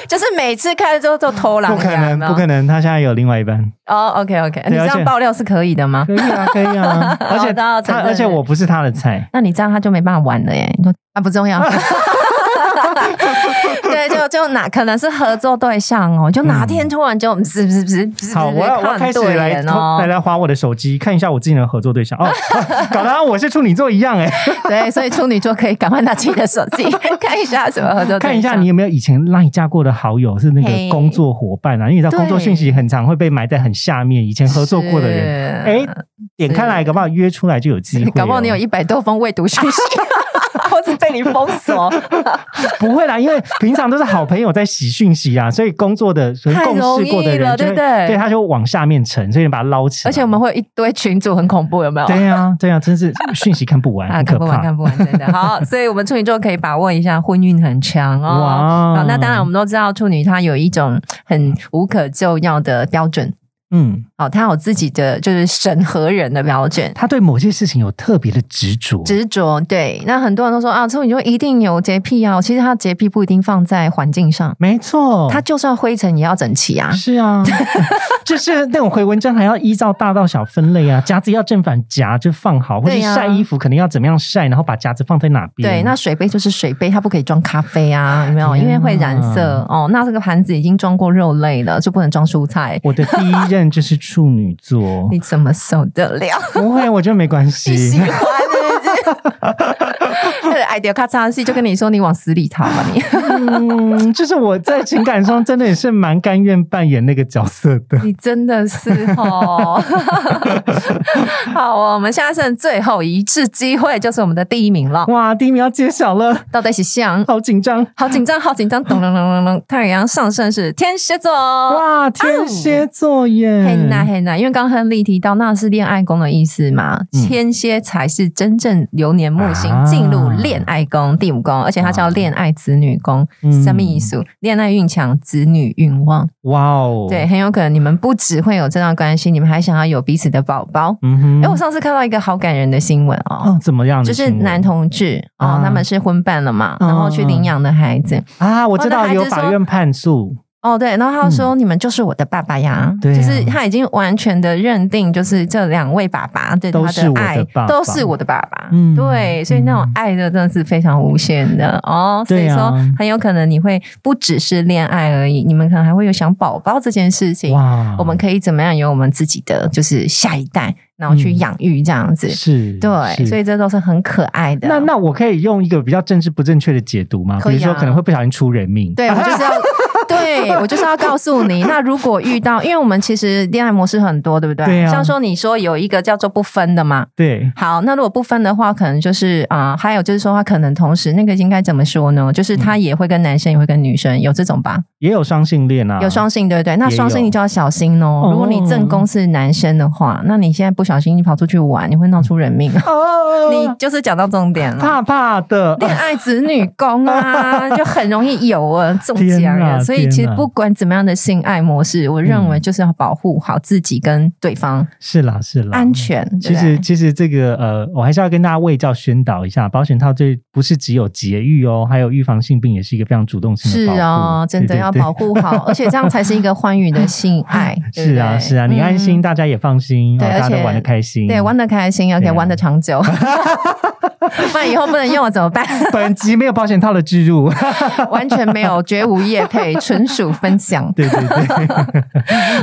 [SPEAKER 2] 就是每次看之后都偷懒，
[SPEAKER 1] 不可能，不可
[SPEAKER 2] 能。
[SPEAKER 1] 能，他现在有另外一半，
[SPEAKER 2] 哦，OK OK，
[SPEAKER 1] 对
[SPEAKER 2] 你这
[SPEAKER 1] 而且
[SPEAKER 2] 样爆料是可以的吗？
[SPEAKER 1] 可以啊，可以
[SPEAKER 2] (laughs)
[SPEAKER 1] 啊，而且
[SPEAKER 2] 的承
[SPEAKER 1] 他，
[SPEAKER 2] 认
[SPEAKER 1] 而且我不是他的菜，
[SPEAKER 2] 那你这样他就没办法玩了耶。你说啊，不
[SPEAKER 1] (laughs)
[SPEAKER 2] 重要。 (laughs) 对，就就哪可能是合作对象哦，就哪天突然就嗯滋滋滋滋，
[SPEAKER 1] 嗯好，我要我要开
[SPEAKER 2] 看
[SPEAKER 1] 始
[SPEAKER 2] 对
[SPEAKER 1] 来
[SPEAKER 2] 眼哦
[SPEAKER 1] 来，来划我的手机，看一下我自己的合作对象哦，搞得好像 (laughs) 我是处女座一样哎，
[SPEAKER 2] 对，所以处女座可以赶快拿起你的手机 (laughs) 看一下什么合作对象，
[SPEAKER 1] 看一下你有没有以前赖加过的好友是那
[SPEAKER 2] 嘿
[SPEAKER 1] 个工作伙伴啊，因为你知道
[SPEAKER 2] 对
[SPEAKER 1] 工作讯息很常会被埋在很下面，以前合作过的人，
[SPEAKER 2] 人
[SPEAKER 1] 哎，点开来，搞不好约出来就有机会哦，
[SPEAKER 2] 搞不好你有一百多封未读讯息， (laughs) 或是被你封
[SPEAKER 1] (laughs)
[SPEAKER 2] 锁，
[SPEAKER 1] 不会啦，因为平常都是好朋友在洗讯息
[SPEAKER 2] (laughs)
[SPEAKER 1] 啊，所以工作的所以
[SPEAKER 2] 太
[SPEAKER 1] 共
[SPEAKER 2] 容
[SPEAKER 1] 事过的
[SPEAKER 2] 易了
[SPEAKER 1] 人就会，
[SPEAKER 2] 对不对
[SPEAKER 1] 对，他就往下面沉，所以你把它捞起来。
[SPEAKER 2] 而且我们会有一堆群主很恐怖，有没有？
[SPEAKER 1] 对呀、对呀、啊真是讯息看不完，
[SPEAKER 2] (laughs) 啊，
[SPEAKER 1] 很
[SPEAKER 2] 看
[SPEAKER 1] 可
[SPEAKER 2] 不完，
[SPEAKER 1] 怕。
[SPEAKER 2] 看不完，真的
[SPEAKER 1] (laughs)
[SPEAKER 2] 好。所以，我们处女座可以把握一下，婚运很强哦。
[SPEAKER 1] 哇
[SPEAKER 2] 好，那当然，我，们都知道处女她有一种很无可救药的标准，
[SPEAKER 1] 嗯，
[SPEAKER 2] 哦，她有自己的就是审核人的标准。
[SPEAKER 1] 他对某些事情有特别的执着，
[SPEAKER 2] 执着对，那很多人都说啊，处女座一定有洁癖啊。其实她洁癖不一定放在环境上，
[SPEAKER 1] 没错，
[SPEAKER 2] 她就算灰尘也要整齐啊。
[SPEAKER 1] 哦是
[SPEAKER 2] (laughs)
[SPEAKER 1] 啊，就是那种回文章还要依照大到小分类啊，夹子要正反夹就放好，或者
[SPEAKER 2] 对呀
[SPEAKER 1] 晒衣服可能要怎么样晒，然后把夹子放在哪边。
[SPEAKER 2] 对，那水杯就是水杯，它不可以装咖啡啊，有没有？因为会染色哦。那这个盘子已经装过肉类了，就不能装蔬菜。，
[SPEAKER 1] 我的第一任就是处女座
[SPEAKER 2] 你怎么受得了？
[SPEAKER 1] 不会，我觉得没关系。
[SPEAKER 2] 你喜欢是不是？哎，掉咔嚓戏就跟你说，你往死里逃吧你！
[SPEAKER 1] 嗯，就是我在情感上真的也是蛮甘愿扮演那个角色的。
[SPEAKER 2] 你真的是哦。 (laughs) 好哦，我们现在剩最后一次机会，就是我们的第一名了。
[SPEAKER 1] 哇，第一名要揭晓了，
[SPEAKER 2] 到底是像？
[SPEAKER 1] 好紧张！
[SPEAKER 2] 好紧张，好紧张！咚咚咚咚咚，太阳上升是天蝎座。
[SPEAKER 1] 哇，天蝎座耶，
[SPEAKER 2] 哦很难很难，因为刚刚亨利提到那是恋爱宫的意思嘛，
[SPEAKER 1] 嗯
[SPEAKER 2] 天蝎才是真正流年木星进入恋爱宫第五宫，而且它叫恋爱子女宫，
[SPEAKER 1] 嗯
[SPEAKER 2] 什么意思？恋爱运强，子女运旺，
[SPEAKER 1] 哇哦，
[SPEAKER 2] 对，，很有可能你们不只会有这段关系，你们还想要有彼此的宝宝。
[SPEAKER 1] 嗯哼，
[SPEAKER 2] 哎，我上次看到一个好感人的新闻哦。
[SPEAKER 1] 哦，怎么样的
[SPEAKER 2] 就
[SPEAKER 1] 新
[SPEAKER 2] 是
[SPEAKER 1] 闻？
[SPEAKER 2] 男同志哦，
[SPEAKER 1] 啊
[SPEAKER 2] 他们是婚办了嘛，
[SPEAKER 1] 嗯
[SPEAKER 2] 然后去领养的孩子
[SPEAKER 1] 啊，我知
[SPEAKER 2] 哦那
[SPEAKER 1] 道
[SPEAKER 2] 孩子
[SPEAKER 1] 有
[SPEAKER 2] 说
[SPEAKER 1] 法院判诉，
[SPEAKER 2] 哦，对，然后他说：“你们就是我的爸爸呀！”
[SPEAKER 1] 嗯对啊
[SPEAKER 2] 就是他已经完全的认定，就是这两位爸爸对他
[SPEAKER 1] 都是我的
[SPEAKER 2] 爱
[SPEAKER 1] 爸爸
[SPEAKER 2] 都是我的爸爸。
[SPEAKER 1] 嗯
[SPEAKER 2] 对，所以那种爱的真的是非常无限的哦。所以
[SPEAKER 1] 对啊
[SPEAKER 2] 说，很有可能你会不只是恋爱而已，你们可能还会有想宝宝这件事情。
[SPEAKER 1] 哇，
[SPEAKER 2] 我们可以怎么样有我们自己的就是下一代，然后去
[SPEAKER 1] 嗯
[SPEAKER 2] 养育这样子。
[SPEAKER 1] 是，
[SPEAKER 2] 对，
[SPEAKER 1] 是
[SPEAKER 2] 所以这都是很可爱的。哦
[SPEAKER 1] 那那我可以用一个比较政治不正确的解读吗？
[SPEAKER 2] 可以啊
[SPEAKER 1] 比如说可能会不小心出人命，
[SPEAKER 2] 对我
[SPEAKER 1] (laughs)
[SPEAKER 2] 就是要，对我就是要告诉你，那如果遇到，因为我们其实恋爱模式很多，对不对？
[SPEAKER 1] 对啊
[SPEAKER 2] 像说你说有一个叫做不分的嘛。
[SPEAKER 1] 对，
[SPEAKER 2] 好，那如果不分的话，可能就是啊、呃还有就是说，他可能同时那个应该怎么说呢？就是
[SPEAKER 1] 嗯
[SPEAKER 2] 他也会跟男生，也会跟女生，有这种吧？
[SPEAKER 1] 也有双性恋啊，
[SPEAKER 2] 有双性，对不对？那
[SPEAKER 1] 也有
[SPEAKER 2] 双性你就要小心哦。
[SPEAKER 1] 哦
[SPEAKER 2] 如果你正宫是男生的话，那你现在不小心你跑出去玩，你会闹出人
[SPEAKER 1] (laughs)
[SPEAKER 2] 命。
[SPEAKER 1] 哦，
[SPEAKER 2] 你就是讲到重点了。
[SPEAKER 1] 怕怕的，
[SPEAKER 2] 恋爱子女宫啊，就很容以有啊中奖
[SPEAKER 1] 天
[SPEAKER 2] 啊，
[SPEAKER 1] 哪嗯
[SPEAKER 2] 所以其实不管怎么样的性爱模式，我认为就是要保护好自己跟对方
[SPEAKER 1] 是啦是啦，
[SPEAKER 2] 安全。
[SPEAKER 1] 其
[SPEAKER 2] 对不对
[SPEAKER 1] 实，其实这个呃，我还是要跟大家卫教宣导一下，保险套这不是只有节育哦，还有预防性病，也是一个非常主动性
[SPEAKER 2] 是
[SPEAKER 1] 的保护。
[SPEAKER 2] 哦，真的
[SPEAKER 1] 对对
[SPEAKER 2] 要
[SPEAKER 1] 对
[SPEAKER 2] 保护好，而且这样才是一个欢愉的性爱。对不
[SPEAKER 1] (laughs) 是啊，
[SPEAKER 2] 对
[SPEAKER 1] 是啊，你安心，。
[SPEAKER 2] 嗯
[SPEAKER 1] 大家也放心，哦
[SPEAKER 2] 对而
[SPEAKER 1] 大家
[SPEAKER 2] 且
[SPEAKER 1] 都玩的开心。
[SPEAKER 2] 对，玩的开心，OK，
[SPEAKER 1] 对啊
[SPEAKER 2] 玩的长久，不然以后不能用了怎么办？
[SPEAKER 1] (laughs)
[SPEAKER 2] (laughs)
[SPEAKER 1] 本集没有保险套的植入， (laughs)
[SPEAKER 2] 完全没有，绝无业配，纯属
[SPEAKER 1] (laughs)
[SPEAKER 2] 分享。
[SPEAKER 1] 对对
[SPEAKER 2] (laughs)
[SPEAKER 1] 对，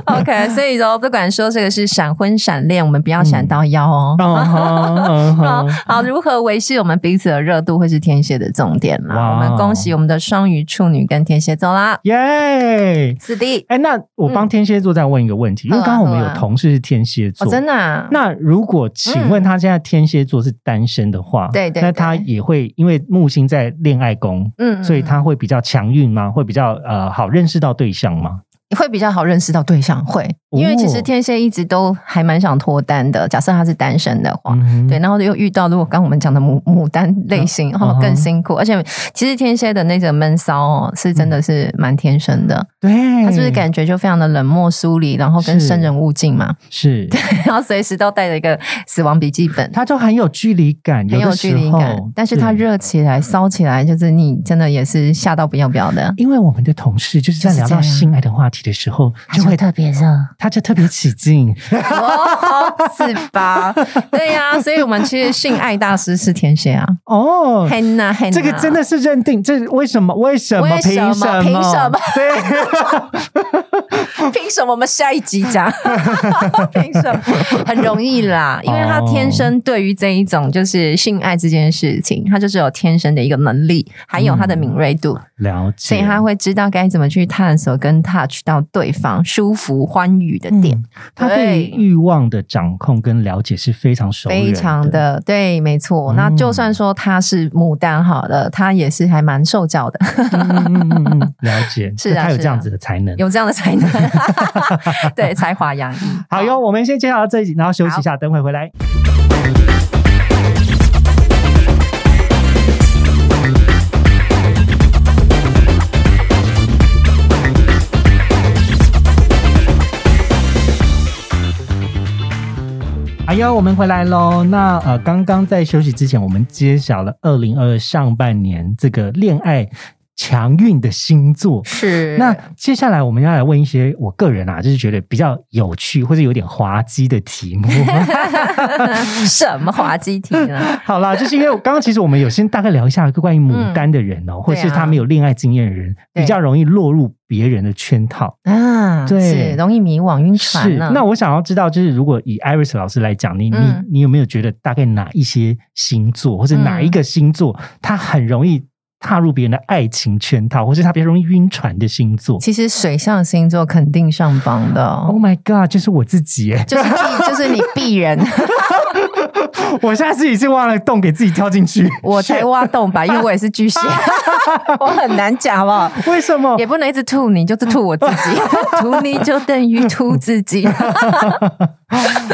[SPEAKER 2] OK，所以说不管说这个是闪婚闪恋，我们不要闪到腰哦。
[SPEAKER 1] 嗯哼嗯
[SPEAKER 2] 好
[SPEAKER 1] 哼，
[SPEAKER 2] (laughs) 好，如何维系我们彼此的热度，会是天蝎的重点啦。
[SPEAKER 1] 哇
[SPEAKER 2] 我们恭喜我们的双鱼、处女跟天蝎座啦，
[SPEAKER 1] 耶！
[SPEAKER 2] 四弟，
[SPEAKER 1] 哎，那我帮天蝎座再问一个问题，因为
[SPEAKER 2] 嗯
[SPEAKER 1] 刚好我们
[SPEAKER 2] 好啊
[SPEAKER 1] 有同事是天蝎座，
[SPEAKER 2] 哦，真的啊、
[SPEAKER 1] 那如果请问他现在天蝎座是单身的话，
[SPEAKER 2] 对对
[SPEAKER 1] 那他
[SPEAKER 2] 对
[SPEAKER 1] 也会因为木星在恋爱宫，
[SPEAKER 2] 嗯
[SPEAKER 1] 所以他会比较强运吗？会比较呃好认识到对象吗？
[SPEAKER 2] 会比较好认识到对象，会，因为其实
[SPEAKER 1] 哦
[SPEAKER 2] 天蝎一直都还蛮想脱单的。假设他是单身的话，
[SPEAKER 1] 嗯，
[SPEAKER 2] 哦对，，然后又遇到如果刚我们讲的牡牡丹类型，
[SPEAKER 1] 嗯
[SPEAKER 2] 哦
[SPEAKER 1] 哼
[SPEAKER 2] 更辛苦。而且其实天蝎的那种闷骚哦，是真
[SPEAKER 1] 嗯
[SPEAKER 2] 的是蛮天生的，
[SPEAKER 1] 对，
[SPEAKER 2] 他是不是感觉就非常的冷漠疏离，然后跟
[SPEAKER 1] 嗯是
[SPEAKER 2] 生人勿近嘛， (laughs)
[SPEAKER 1] 是？
[SPEAKER 2] 然后随时都带着一个死亡笔记本。
[SPEAKER 1] 他就很有距离感，
[SPEAKER 2] 很有
[SPEAKER 1] 的
[SPEAKER 2] 距
[SPEAKER 1] 时
[SPEAKER 2] 离感
[SPEAKER 1] 候，
[SPEAKER 2] 但是他
[SPEAKER 1] 对
[SPEAKER 2] 热起来、骚起来，就是你真的也是吓到不要不要的。
[SPEAKER 1] 因为我们的同事就是在
[SPEAKER 2] 就是
[SPEAKER 1] 聊到
[SPEAKER 2] 这样啊
[SPEAKER 1] 性爱的话题的时候， (laughs) 就会
[SPEAKER 2] 特别热，
[SPEAKER 1] (laughs) 他就特别起劲，
[SPEAKER 2] 哦，是
[SPEAKER 1] (laughs)
[SPEAKER 2] 吧？对呀、所以我们其实性爱大师是天蝎
[SPEAKER 1] (laughs)
[SPEAKER 2] 啊，
[SPEAKER 1] 哦，
[SPEAKER 2] 很呐很呐，
[SPEAKER 1] 这个真的是认定，这为什么？为什么？
[SPEAKER 2] 为什么
[SPEAKER 1] 凭什么？
[SPEAKER 2] 凭什么？
[SPEAKER 1] 对。
[SPEAKER 2] 凭什么我们下一集
[SPEAKER 1] (laughs)
[SPEAKER 2] 讲？凭什么？很容易
[SPEAKER 1] 哦
[SPEAKER 2] 啦，因为他天生对于这一种就是性爱这件事情，他就是有天生的一个能力，还有他的敏锐
[SPEAKER 1] 嗯
[SPEAKER 2] 度，
[SPEAKER 1] 了解，
[SPEAKER 2] 所以他会知道该怎么去探索跟 touch 到对方舒服欢愉的点。
[SPEAKER 1] 嗯他对于
[SPEAKER 2] 对
[SPEAKER 1] 欲望的掌控跟了解是非常熟，
[SPEAKER 2] 非常。的对，没错。
[SPEAKER 1] 嗯
[SPEAKER 2] 那就算说他是牡丹好了，他也是还蛮受教的， (laughs)
[SPEAKER 1] 嗯嗯嗯嗯，了解，
[SPEAKER 2] 是啊
[SPEAKER 1] 他有
[SPEAKER 2] 是
[SPEAKER 1] 这样
[SPEAKER 2] 啊
[SPEAKER 1] 子的才能。
[SPEAKER 2] 有这样的才能， (laughs) 对，才华洋溢。
[SPEAKER 1] 好哟，我们先介绍到这里，然后休息一下，等会回来。哎呦，我们回来喽。那呃，刚刚在休息之前，我们揭晓了二零二上半年这个恋爱强运的星座。
[SPEAKER 2] 是
[SPEAKER 1] 那接下来我们要来问一些我个人啊，就是觉得比较有趣或者有点滑稽的题
[SPEAKER 2] (laughs)
[SPEAKER 1] 目。
[SPEAKER 2] 什么滑稽题
[SPEAKER 1] (laughs)
[SPEAKER 2] 呢？
[SPEAKER 1] 好啦，就是因为我刚刚其实我们有先大概聊一下关于牡丹的人哦、或是他没有恋爱经验的人，
[SPEAKER 2] 嗯对
[SPEAKER 1] 比较容易落入别人的圈套。
[SPEAKER 2] 啊，
[SPEAKER 1] 对
[SPEAKER 2] 是容易迷惘、晕船
[SPEAKER 1] 是，
[SPEAKER 2] 呢。
[SPEAKER 1] 那我想要知道，就是如果以 Iris 老师来讲，你、
[SPEAKER 2] 啊嗯
[SPEAKER 1] 你你有没有觉得大概哪一些星座或者哪一个星座，
[SPEAKER 2] 嗯
[SPEAKER 1] 他很容易踏入别人的爱情圈套，或是他比较容易晕船的星座
[SPEAKER 2] 其实水象星座肯定上榜的哦、
[SPEAKER 1] ？Oh my god，就是我自己耶、
[SPEAKER 2] 就是必就是你鄙人， (laughs)
[SPEAKER 1] (laughs) 我现在自己是挖了洞给自己跳进去，
[SPEAKER 2] 我才挖洞吧，因为我也是巨蟹， (laughs) 我很难讲好
[SPEAKER 1] (laughs)
[SPEAKER 2] 不好？
[SPEAKER 1] 为什么
[SPEAKER 2] 也？不能一直吐你，就是吐我自己， (laughs) 吐你就等于吐自己。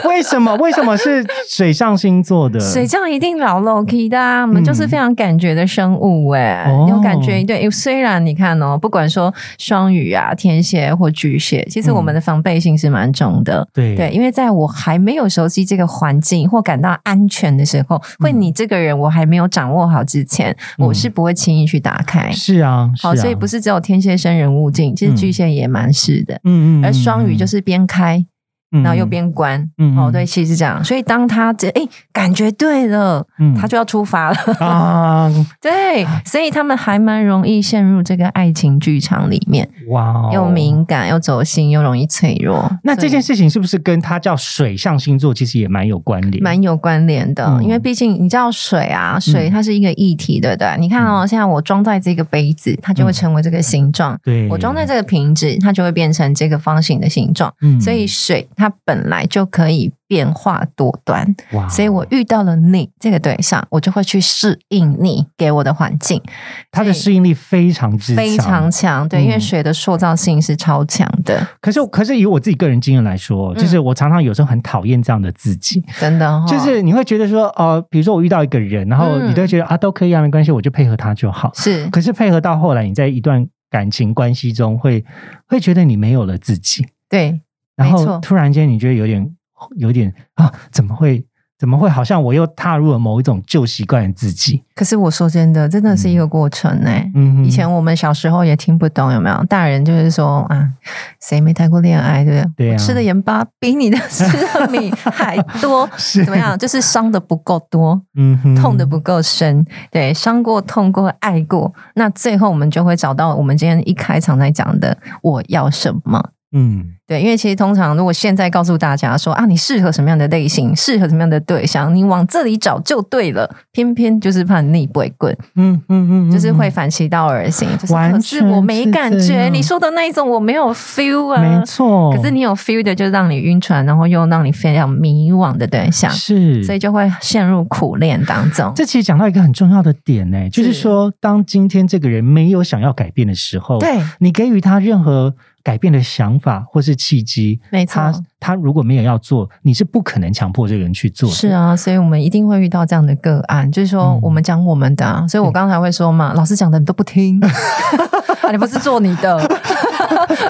[SPEAKER 1] 为什么？为什么是水上星座的？
[SPEAKER 2] 水象一定老 low key 的、啊，我们就是非常感觉的生物哎、
[SPEAKER 1] 哦
[SPEAKER 2] 有感觉对。虽然你看哦，不管说双鱼啊、天蝎或巨蟹，其实我们的防备心是蛮重的。
[SPEAKER 1] 对
[SPEAKER 2] 对，因为在我还没有熟悉这个环境或感到安全的时候，会你这个人我还没有掌握好之前，
[SPEAKER 1] 嗯
[SPEAKER 2] 我是不会轻易去打开。
[SPEAKER 1] 是啊，是啊
[SPEAKER 2] 好，所以不是只有天蝎生人勿近，其实巨蟹也蛮是的。
[SPEAKER 1] 嗯嗯嗯，
[SPEAKER 2] 而双鱼就是边开，
[SPEAKER 1] 嗯，
[SPEAKER 2] 然后又边关。
[SPEAKER 1] 嗯
[SPEAKER 2] 哦，对，，其实是这样。所以当他这哎感觉对了，
[SPEAKER 1] 嗯
[SPEAKER 2] 他就要出发了。 (laughs)
[SPEAKER 1] 啊，
[SPEAKER 2] 对，所以他们还蛮容易陷入这个爱情剧场里面，
[SPEAKER 1] 哇哦，
[SPEAKER 2] 又敏感又走心，又容易脆弱。
[SPEAKER 1] 那这件
[SPEAKER 2] 事。
[SPEAKER 1] 事情是不是跟他叫水象星座其实也蛮有关联？
[SPEAKER 2] 蛮有关联的，
[SPEAKER 1] 嗯
[SPEAKER 2] 因为毕竟你知道水啊，水它是一个液体，对不对？你看
[SPEAKER 1] 嗯
[SPEAKER 2] 哦，现在我装在这个杯子，它就会成为这个形状；
[SPEAKER 1] 对，
[SPEAKER 2] 我装在这个瓶子，它就会变成这个方形的形状。
[SPEAKER 1] 嗯
[SPEAKER 2] 所以水它本来就可以变化多端，
[SPEAKER 1] 哇，
[SPEAKER 2] 所以我遇到了你这个对象，我就会去适应你给我的环境，
[SPEAKER 1] 他的适应力非常之
[SPEAKER 2] 非常
[SPEAKER 1] 强。
[SPEAKER 2] 强。对，
[SPEAKER 1] 嗯
[SPEAKER 2] 因为水的塑造性是超强的，
[SPEAKER 1] 可是可是以我自己个人经验来说，
[SPEAKER 2] 嗯
[SPEAKER 1] 就是我常常有时候很讨厌这样的自己，
[SPEAKER 2] 真的哦。
[SPEAKER 1] 就是你会觉得说，呃，比如说我遇到一个人，然后你都会觉得、啊，都可以啊，没关系，我就配合他就好。
[SPEAKER 2] 是
[SPEAKER 1] 可是配合到后来，你在一段感情关系中会会觉得你没有了自己，
[SPEAKER 2] 对，
[SPEAKER 1] 然
[SPEAKER 2] 没
[SPEAKER 1] 后
[SPEAKER 2] 错
[SPEAKER 1] 突然间你觉得有点有点啊，怎么会怎么会好像我又踏入了某一种旧习惯的自己？
[SPEAKER 2] 可是我说真的，真的是一个过程哎、
[SPEAKER 1] 嗯哼，
[SPEAKER 2] 以前我们小时候也听不懂，有没有？大人就是说啊，谁没谈过恋爱，对不对？
[SPEAKER 1] 对啊，
[SPEAKER 2] 我吃的盐巴比你的吃的米还多
[SPEAKER 1] 是
[SPEAKER 2] 怎么样？就是伤的不够多，
[SPEAKER 1] (laughs) 嗯哼
[SPEAKER 2] 痛的不够深，对，伤过、痛过、爱过，那最后我们就会找到我们今天一开场在讲的我要什么。
[SPEAKER 1] 嗯
[SPEAKER 2] 对，因为其实通常如果现在告诉大家说啊，你适合什么样的类型，适合什么样的对象，你往这里找就对了，偏偏就是怕逆不会滚，
[SPEAKER 1] 嗯嗯嗯，
[SPEAKER 2] 就是会
[SPEAKER 1] 嗯
[SPEAKER 2] 反其道而行，就是
[SPEAKER 1] 完
[SPEAKER 2] 可
[SPEAKER 1] 全
[SPEAKER 2] 是我没
[SPEAKER 1] 是
[SPEAKER 2] 感
[SPEAKER 1] 这
[SPEAKER 2] 觉，
[SPEAKER 1] 样
[SPEAKER 2] 你说的那一种我没有 feel 啊
[SPEAKER 1] 没。错，
[SPEAKER 2] 可是你有 feel 的，就让你晕船，然后又让你非常迷惘的对象，
[SPEAKER 1] 是
[SPEAKER 2] 所以就会陷入苦恋当中。
[SPEAKER 1] 这其实讲到一个很重要的点呢、就是
[SPEAKER 2] 是
[SPEAKER 1] 说，当今天这个人没有想要改变的时候，
[SPEAKER 2] 对，
[SPEAKER 1] 你给予他任何改变的想法或是契机，
[SPEAKER 2] 没错
[SPEAKER 1] 他他如果没有要做，你是不可能强迫这个人去做的。
[SPEAKER 2] 是啊，所以我们一定会遇到这样的个案，就是说
[SPEAKER 1] 嗯
[SPEAKER 2] 我们讲我们的、啊，所以我刚才会说嘛，老师讲的你都
[SPEAKER 1] (laughs)
[SPEAKER 2] 不听，啊、你不是做你的，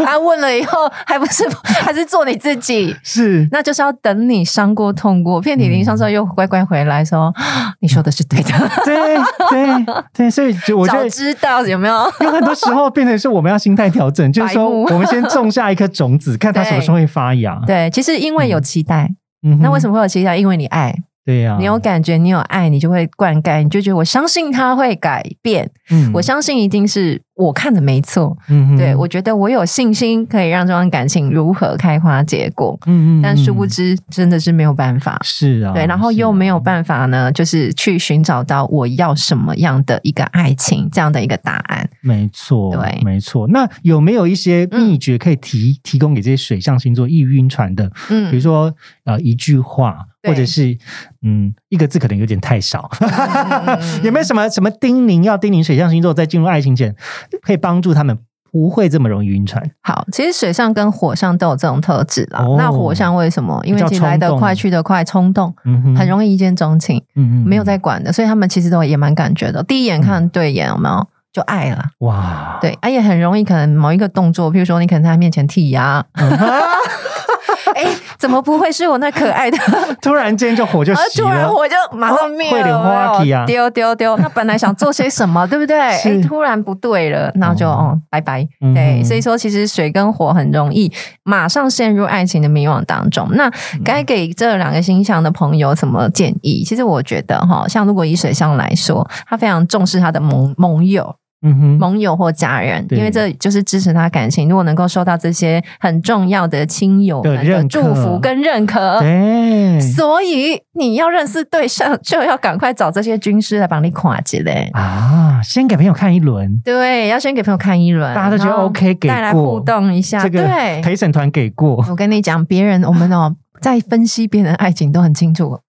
[SPEAKER 2] 啊，问了以后还不是还是做你自己，
[SPEAKER 1] 是，
[SPEAKER 2] 那就是要等你伤过、痛过，遍体鳞伤之后又乖乖回来说，
[SPEAKER 1] 嗯
[SPEAKER 2] 啊你说的是对的， (laughs)
[SPEAKER 1] 对对对，所以就我觉
[SPEAKER 2] 早
[SPEAKER 1] 得。嗯
[SPEAKER 2] 知道有没有？
[SPEAKER 1] 有很多时候变成是我们要心态调整，就是说
[SPEAKER 2] 白目
[SPEAKER 1] 我们先种下一颗种
[SPEAKER 2] (laughs)
[SPEAKER 1] 子，看它什么时候会发芽。
[SPEAKER 2] 对，其实因为有期待，
[SPEAKER 1] 嗯哼嗯
[SPEAKER 2] 那为什么会有期待？因为你爱，
[SPEAKER 1] 对呀、
[SPEAKER 2] 你有感觉，你有爱，你就会灌溉，你就觉得我相信他会改变，
[SPEAKER 1] 嗯
[SPEAKER 2] 我相信一定是我看的没错。
[SPEAKER 1] 嗯哼
[SPEAKER 2] 对我觉得我有信心可以让这段感情如何开花结果，
[SPEAKER 1] 嗯嗯嗯
[SPEAKER 2] 但殊不知真的是没有办法。
[SPEAKER 1] 是啊，
[SPEAKER 2] 对，然后又没有
[SPEAKER 1] 法。
[SPEAKER 2] 办法呢，就是去寻找到我要什么样的一个爱情这样的一个答案。
[SPEAKER 1] 没错，
[SPEAKER 2] 对嗯
[SPEAKER 1] 没错。那有没有一些秘诀可以提、提供给这些水象星座易晕船的？比如
[SPEAKER 2] 嗯，
[SPEAKER 1] 说，呃，一句话，
[SPEAKER 2] 对
[SPEAKER 1] 或者是嗯，一个字可能有点太少，
[SPEAKER 2] 嗯
[SPEAKER 1] (laughs) 有没有什么什么叮咛要叮咛水象星座在进入爱情前，可以帮助他们不会这么容易晕船？
[SPEAKER 2] 好，其实水象跟火象都有这种特质啦。
[SPEAKER 1] 哦
[SPEAKER 2] 那火象为什么？因为
[SPEAKER 1] 比较
[SPEAKER 2] 其实来得
[SPEAKER 1] 冲动
[SPEAKER 2] 快，去得快，冲动，
[SPEAKER 1] 嗯哼，
[SPEAKER 2] 很容易一见钟情，
[SPEAKER 1] 嗯嗯
[SPEAKER 2] 没有在管的，所以他们其实都也蛮感觉的。第一眼看对眼，有没有？就爱了，
[SPEAKER 1] 哇，
[SPEAKER 2] 对，啊而、也很容易，可能某一个动作，譬如说你可能在他面前剔牙，
[SPEAKER 1] 嗯
[SPEAKER 2] (laughs) 哎、怎么不会是我那可爱的
[SPEAKER 1] 突然间就火
[SPEAKER 2] (laughs)
[SPEAKER 1] 就
[SPEAKER 2] 然后
[SPEAKER 1] 熄
[SPEAKER 2] 呃突然
[SPEAKER 1] 了，
[SPEAKER 2] 我就马上灭
[SPEAKER 1] 哦会点
[SPEAKER 2] 了，
[SPEAKER 1] 花
[SPEAKER 2] 哇
[SPEAKER 1] 题啊
[SPEAKER 2] 丢丢丢！那本来想做些什么，对不对？
[SPEAKER 1] 是
[SPEAKER 2] 哎，突然不对了，那就
[SPEAKER 1] 哦
[SPEAKER 2] 哦，拜拜。
[SPEAKER 1] 嗯
[SPEAKER 2] 对，所以说其实水跟火很容易马上陷入爱情的迷惘当中。那
[SPEAKER 1] 嗯
[SPEAKER 2] 该给这两个星象的朋友什么建议？其实我觉得哈，像如果以水象来说，他非常重视他的盟盟友，
[SPEAKER 1] 嗯哼，
[SPEAKER 2] 盟友或家人，
[SPEAKER 1] 对
[SPEAKER 2] 因为这就是支持他感情。如果能够受到这些很重要的亲友
[SPEAKER 1] 的
[SPEAKER 2] 们的
[SPEAKER 1] 认可
[SPEAKER 2] 祝福跟认可，
[SPEAKER 1] 对
[SPEAKER 2] 所以你要认识对象，就要赶快找这些军师来帮你垮起嘞。
[SPEAKER 1] 啊，先给朋友看一轮，
[SPEAKER 2] 对，要先给朋友看一轮，
[SPEAKER 1] 大家都觉得
[SPEAKER 2] 然后
[SPEAKER 1] OK，给
[SPEAKER 2] 再来
[SPEAKER 1] 过
[SPEAKER 2] 互动一下。
[SPEAKER 1] 这个
[SPEAKER 2] 对，
[SPEAKER 1] 陪审团给过，
[SPEAKER 2] (laughs) 我跟你讲，别人我们哦，在分析别人的爱情都很清
[SPEAKER 1] (laughs)
[SPEAKER 2] 楚，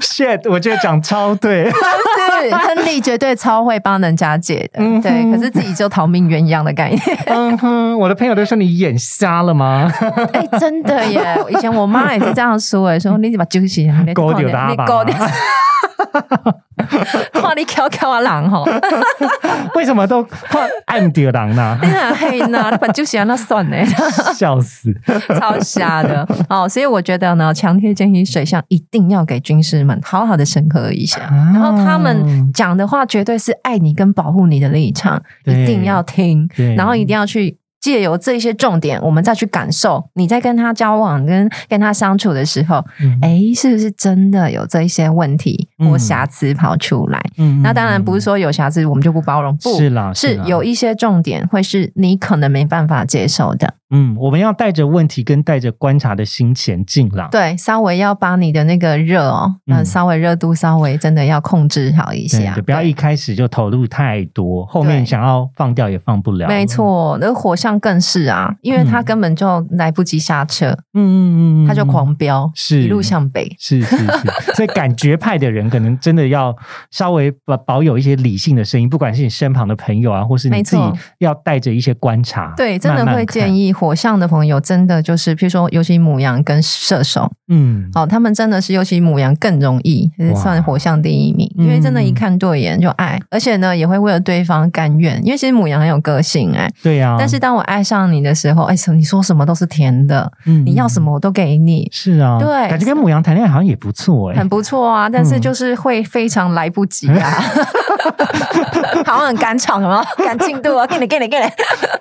[SPEAKER 1] shit，我觉得讲超对，
[SPEAKER 2] 是亨利绝对超会帮人家解的，
[SPEAKER 1] 嗯哼
[SPEAKER 2] 对，可是自己就逃命鸳鸯的概念。
[SPEAKER 1] (laughs) 嗯哼，我的朋友都说你眼瞎了吗？ (laughs)
[SPEAKER 2] (laughs) 哎、真的耶！以前我妈也是这样说的，说你怎么就是你
[SPEAKER 1] 勾掉的
[SPEAKER 2] 你
[SPEAKER 1] 吧？
[SPEAKER 2] 勾掉， (laughs) 看你翘翘啊
[SPEAKER 1] (laughs)
[SPEAKER 2] 人吼，
[SPEAKER 1] 为什么都怕暗掉狼呢？ (laughs)
[SPEAKER 2] 你哪哎嘿呐，你把就是啊那算呢。
[SPEAKER 1] 笑死！
[SPEAKER 2] (laughs) 超瞎的哦，所以我觉得呢，强烈建议水象一定要给军师们好好的审核一下，
[SPEAKER 1] 啊
[SPEAKER 2] 然后他们讲的话绝对是爱你跟保护你的立场，
[SPEAKER 1] 对
[SPEAKER 2] 一定要听
[SPEAKER 1] 对，
[SPEAKER 2] 然后一定要去。借由这些重点，我们再去感受你在跟他交往、跟跟他相处的时候，
[SPEAKER 1] 嗯
[SPEAKER 2] 哎、是不是真的有这一些问题
[SPEAKER 1] 嗯
[SPEAKER 2] 或瑕疵跑出来？
[SPEAKER 1] 嗯
[SPEAKER 2] 那当然不是说有瑕疵我们就不包容，不
[SPEAKER 1] 是啦，
[SPEAKER 2] 是
[SPEAKER 1] 啦
[SPEAKER 2] 有一些重点会是你可能没办法接受的。
[SPEAKER 1] 嗯，我们要带着问题跟带着观察的心前进啦。
[SPEAKER 2] 对，稍微要把你的那个热哦，
[SPEAKER 1] 嗯
[SPEAKER 2] 嗯，稍微热度稍微真的要控制好一
[SPEAKER 1] 对
[SPEAKER 2] 下，
[SPEAKER 1] 对，不要一开始就投入太多，后面
[SPEAKER 2] 啊对
[SPEAKER 1] 想要放掉也放不了。
[SPEAKER 2] 没，错，那火象更是啊，因为他根本就来不及刹车，
[SPEAKER 1] 嗯嗯嗯嗯，嗯
[SPEAKER 2] 他就。狂飙，
[SPEAKER 1] 是
[SPEAKER 2] 一路向北。
[SPEAKER 1] 是是
[SPEAKER 2] (laughs)
[SPEAKER 1] 是，所以感觉派的人可能真的要稍微保保有一些理性的声音，不管是你身旁的朋友啊，或是你
[SPEAKER 2] 没
[SPEAKER 1] 自己
[SPEAKER 2] 错，
[SPEAKER 1] 要带着一些观察，
[SPEAKER 2] 对，真的
[SPEAKER 1] 慢慢
[SPEAKER 2] 会
[SPEAKER 1] 看
[SPEAKER 2] 建议火象的朋友真的就是，譬如说，尤其母羊跟射手，
[SPEAKER 1] 嗯，
[SPEAKER 2] 哦，他们真的是，尤其母羊更容易，就是
[SPEAKER 1] 哇
[SPEAKER 2] 算火象第一名，
[SPEAKER 1] 嗯
[SPEAKER 2] 因为真的，一看对眼就爱，而且呢，也会为了对方甘愿，因为其实母羊很有个性哎、
[SPEAKER 1] 对啊呀、
[SPEAKER 2] 但是当我爱上你的时候，哎、你说什么都是甜的，
[SPEAKER 1] 嗯
[SPEAKER 2] 你要什么我都给你，
[SPEAKER 1] 是啊，
[SPEAKER 2] 对
[SPEAKER 1] 感觉跟母羊谈恋爱好像也不错哎、
[SPEAKER 2] 很不错啊，但是
[SPEAKER 1] 嗯
[SPEAKER 2] 就是会非常来不及啊， (laughs) 好像很赶场，什么赶进度啊，给你给你给你，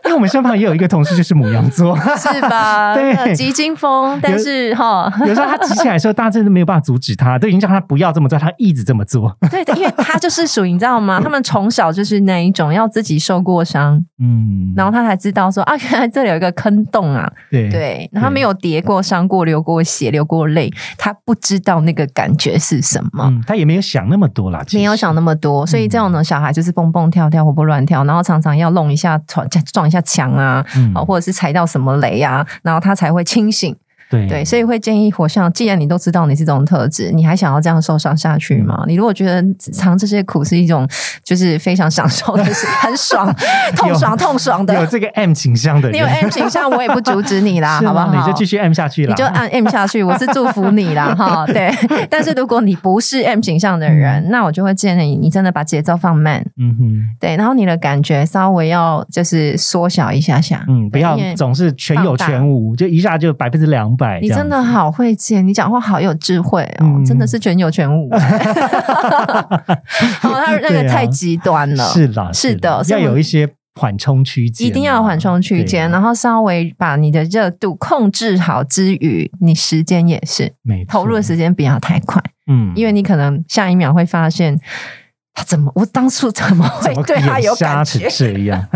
[SPEAKER 1] 因为我们身旁也有一个同事就是母羊
[SPEAKER 2] (laughs)
[SPEAKER 1] 座，
[SPEAKER 2] 是 (laughs) 吧？
[SPEAKER 1] 对
[SPEAKER 2] 呃急惊风，但是哈，
[SPEAKER 1] 有时候他急起来的时候，大家真的没有办法阻止他，都已经叫他不要这么做，他一直这么
[SPEAKER 2] (laughs)
[SPEAKER 1] 做。
[SPEAKER 2] 对，因为他就是属于你知道吗？他们从小就是那一种要自己受过伤，
[SPEAKER 1] 嗯，
[SPEAKER 2] 然后他才知道说啊，原来这里有一个坑洞啊，
[SPEAKER 1] 对
[SPEAKER 2] 对，然后他没有跌过、伤过、流过血、流过泪，他不知道那个感觉是什么。
[SPEAKER 1] 嗯，他也没有想那么多啦，其实
[SPEAKER 2] 没有想那么多，所以这种呢，小孩就是蹦蹦跳跳、活蹦乱跳，然后常常要弄一下、撞撞一下墙啊，
[SPEAKER 1] 嗯
[SPEAKER 2] 啊，或者是踩到什么雷啊，然后他才会清醒。
[SPEAKER 1] 对
[SPEAKER 2] 对，所以会建议火象，既然你都知道你是这种特质，你还想要这样受伤下
[SPEAKER 1] 嗯
[SPEAKER 2] 去吗？你如果觉得尝这些苦是一种就是非常享受的
[SPEAKER 1] (laughs)
[SPEAKER 2] 事，很爽、痛爽、痛爽
[SPEAKER 1] 有
[SPEAKER 2] 的，
[SPEAKER 1] 这个 M 倾向的人，
[SPEAKER 2] 你有
[SPEAKER 1] (laughs)
[SPEAKER 2] M 倾向，我也不阻止你啦，
[SPEAKER 1] 是
[SPEAKER 2] 啊好不
[SPEAKER 1] 吗
[SPEAKER 2] 好？
[SPEAKER 1] 你就继续 M 下去啦。
[SPEAKER 2] 你就按 M 下去，我是祝福
[SPEAKER 1] (laughs)
[SPEAKER 2] 你啦，哈，对。但是如果你不是 M 形象的人，那我就会建议你，你真的把节奏放慢，
[SPEAKER 1] 嗯哼，
[SPEAKER 2] 对，然后你的感觉稍微要就是缩小一下下。
[SPEAKER 1] 嗯，不要
[SPEAKER 2] 因为
[SPEAKER 1] 总是全有
[SPEAKER 2] 放大
[SPEAKER 1] 全无，就一下就百分之两百。
[SPEAKER 2] 你真的好会接，你讲话好有智慧哦，
[SPEAKER 1] 嗯
[SPEAKER 2] 真的是全有
[SPEAKER 1] (laughs)
[SPEAKER 2] 全无。 (laughs) 哦，他那
[SPEAKER 1] 对
[SPEAKER 2] 个
[SPEAKER 1] 啊
[SPEAKER 2] 太极端了，
[SPEAKER 1] 是啦，
[SPEAKER 2] 是
[SPEAKER 1] 啦
[SPEAKER 2] 的所
[SPEAKER 1] 要
[SPEAKER 2] 以我
[SPEAKER 1] 有
[SPEAKER 2] 们
[SPEAKER 1] 一些缓冲区间啊，
[SPEAKER 2] 一定要缓冲区间，
[SPEAKER 1] 对啊
[SPEAKER 2] 然后稍微把你的热度控制好之余，你时间也是
[SPEAKER 1] 没错
[SPEAKER 2] 投入的时间不要太快。
[SPEAKER 1] 嗯，
[SPEAKER 2] 因为你可能下一秒会发现他怎么，我当初怎么会
[SPEAKER 1] 怎么
[SPEAKER 2] 对他有感觉
[SPEAKER 1] 眼瞎？成这
[SPEAKER 2] (laughs)
[SPEAKER 1] 样，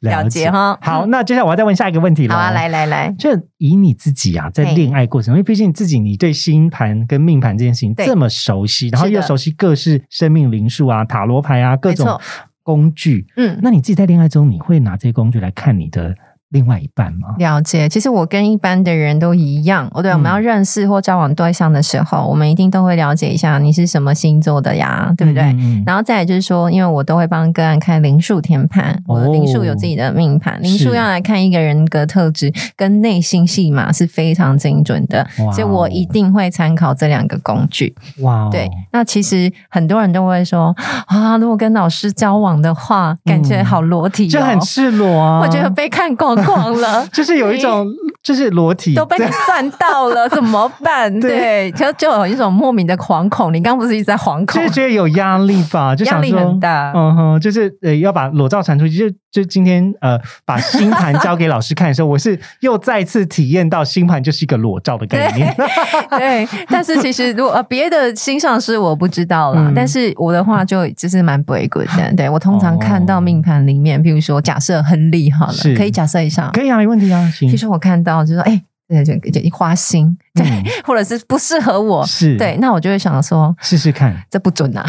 [SPEAKER 2] 了解哈嗯
[SPEAKER 1] 好，那接下来我要再问下一个问题了。
[SPEAKER 2] 好啊，来。来来，
[SPEAKER 1] 就以你自己啊，在
[SPEAKER 2] 嘿
[SPEAKER 1] 恋爱过程，因为毕竟自己你对星盘跟命盘这件事情
[SPEAKER 2] 对
[SPEAKER 1] 这么熟悉，然后
[SPEAKER 2] 是的
[SPEAKER 1] 又熟悉各式生命灵数啊、塔罗牌啊各
[SPEAKER 2] 没
[SPEAKER 1] 种
[SPEAKER 2] 错
[SPEAKER 1] 工具，
[SPEAKER 2] 嗯。
[SPEAKER 1] 那你自己在恋爱中，你会拿这些工具来看你的另外一半吗？
[SPEAKER 2] 了解，其实我跟一般的人都一样。哦，对，我
[SPEAKER 1] 嗯
[SPEAKER 2] 们要认识或交往对象的时候，我们一定都会了解一下你是什么星座的呀，对不对？
[SPEAKER 1] 嗯？嗯嗯
[SPEAKER 2] 然后再来就是说，因为我都会帮个案看灵数天盘，我的灵数有自己的命盘，灵
[SPEAKER 1] 哦
[SPEAKER 2] 数
[SPEAKER 1] 是
[SPEAKER 2] 要来看一个人格特质跟内心戏码是非常精准的，
[SPEAKER 1] 哇哦
[SPEAKER 2] 所以我一定会参考这两个工具。
[SPEAKER 1] 哇哦，
[SPEAKER 2] 对，那其实很多人都会说啊，如果跟老师交往的话，感觉好裸体、
[SPEAKER 1] 嗯
[SPEAKER 2] 哦，
[SPEAKER 1] 就很赤裸啊，。
[SPEAKER 2] 我觉得被看光光了
[SPEAKER 1] (laughs) 就是有一种就是裸体
[SPEAKER 2] 都被你算到
[SPEAKER 1] (laughs)
[SPEAKER 2] 了，怎么办？
[SPEAKER 1] 对
[SPEAKER 2] 对，就就有一种莫名的惶恐。你刚不是一直在惶
[SPEAKER 1] 就
[SPEAKER 2] 恐
[SPEAKER 1] 是？觉得有压力
[SPEAKER 2] (laughs)
[SPEAKER 1] 吧，就想
[SPEAKER 2] 压力
[SPEAKER 1] 说
[SPEAKER 2] 很大
[SPEAKER 1] 嗯哼，就是呃要把裸照传出去，就就今天呃把星盘交给老师看的时候，我是又再次体验到星盘就是一个裸照的概念。
[SPEAKER 2] (laughs) 对，但是其实如果呃别的星上师我不知道啦，
[SPEAKER 1] 嗯
[SPEAKER 2] 但是我的话就就是蛮不会滚的。对我通常看
[SPEAKER 1] 哦
[SPEAKER 2] 到命盘里面，譬如说假设亨利好了
[SPEAKER 1] 是，
[SPEAKER 2] 可以假设一下，
[SPEAKER 1] (laughs) 可以啊，没问题啊，行
[SPEAKER 2] 譬如。说我看到就说哎，对，就就花心，对， (laughs) 或者是不适合我，
[SPEAKER 1] 嗯是，
[SPEAKER 2] 对，，那我就会想说，
[SPEAKER 1] 试试看，
[SPEAKER 2] 这
[SPEAKER 1] (laughs)
[SPEAKER 2] 不准啊！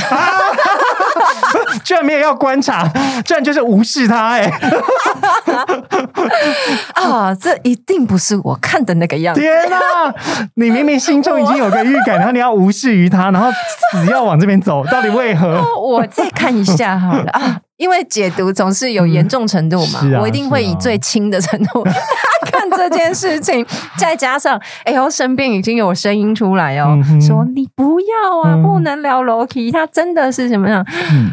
[SPEAKER 1] 居然没有要观察，居然就是无视他、哎，
[SPEAKER 2] 啊，这一定不是我看的那个样子。
[SPEAKER 1] 天哪、你明明心中已经有个预感，然后你要无视于他，然后死要往这边走，到底为何？
[SPEAKER 2] (laughs) 我再看一下好了啊，因为解读总是有严重程度嘛，
[SPEAKER 1] 嗯是啊
[SPEAKER 2] 我一定会以最轻的程度、 (laughs) 看这件
[SPEAKER 1] (laughs)
[SPEAKER 2] 事情。再加上，哎呦，身边已经有声音出来哦，
[SPEAKER 1] 嗯哼
[SPEAKER 2] 说你不要啊，
[SPEAKER 1] 嗯
[SPEAKER 2] 不能聊楼梯，他真的是什么样？
[SPEAKER 1] 嗯，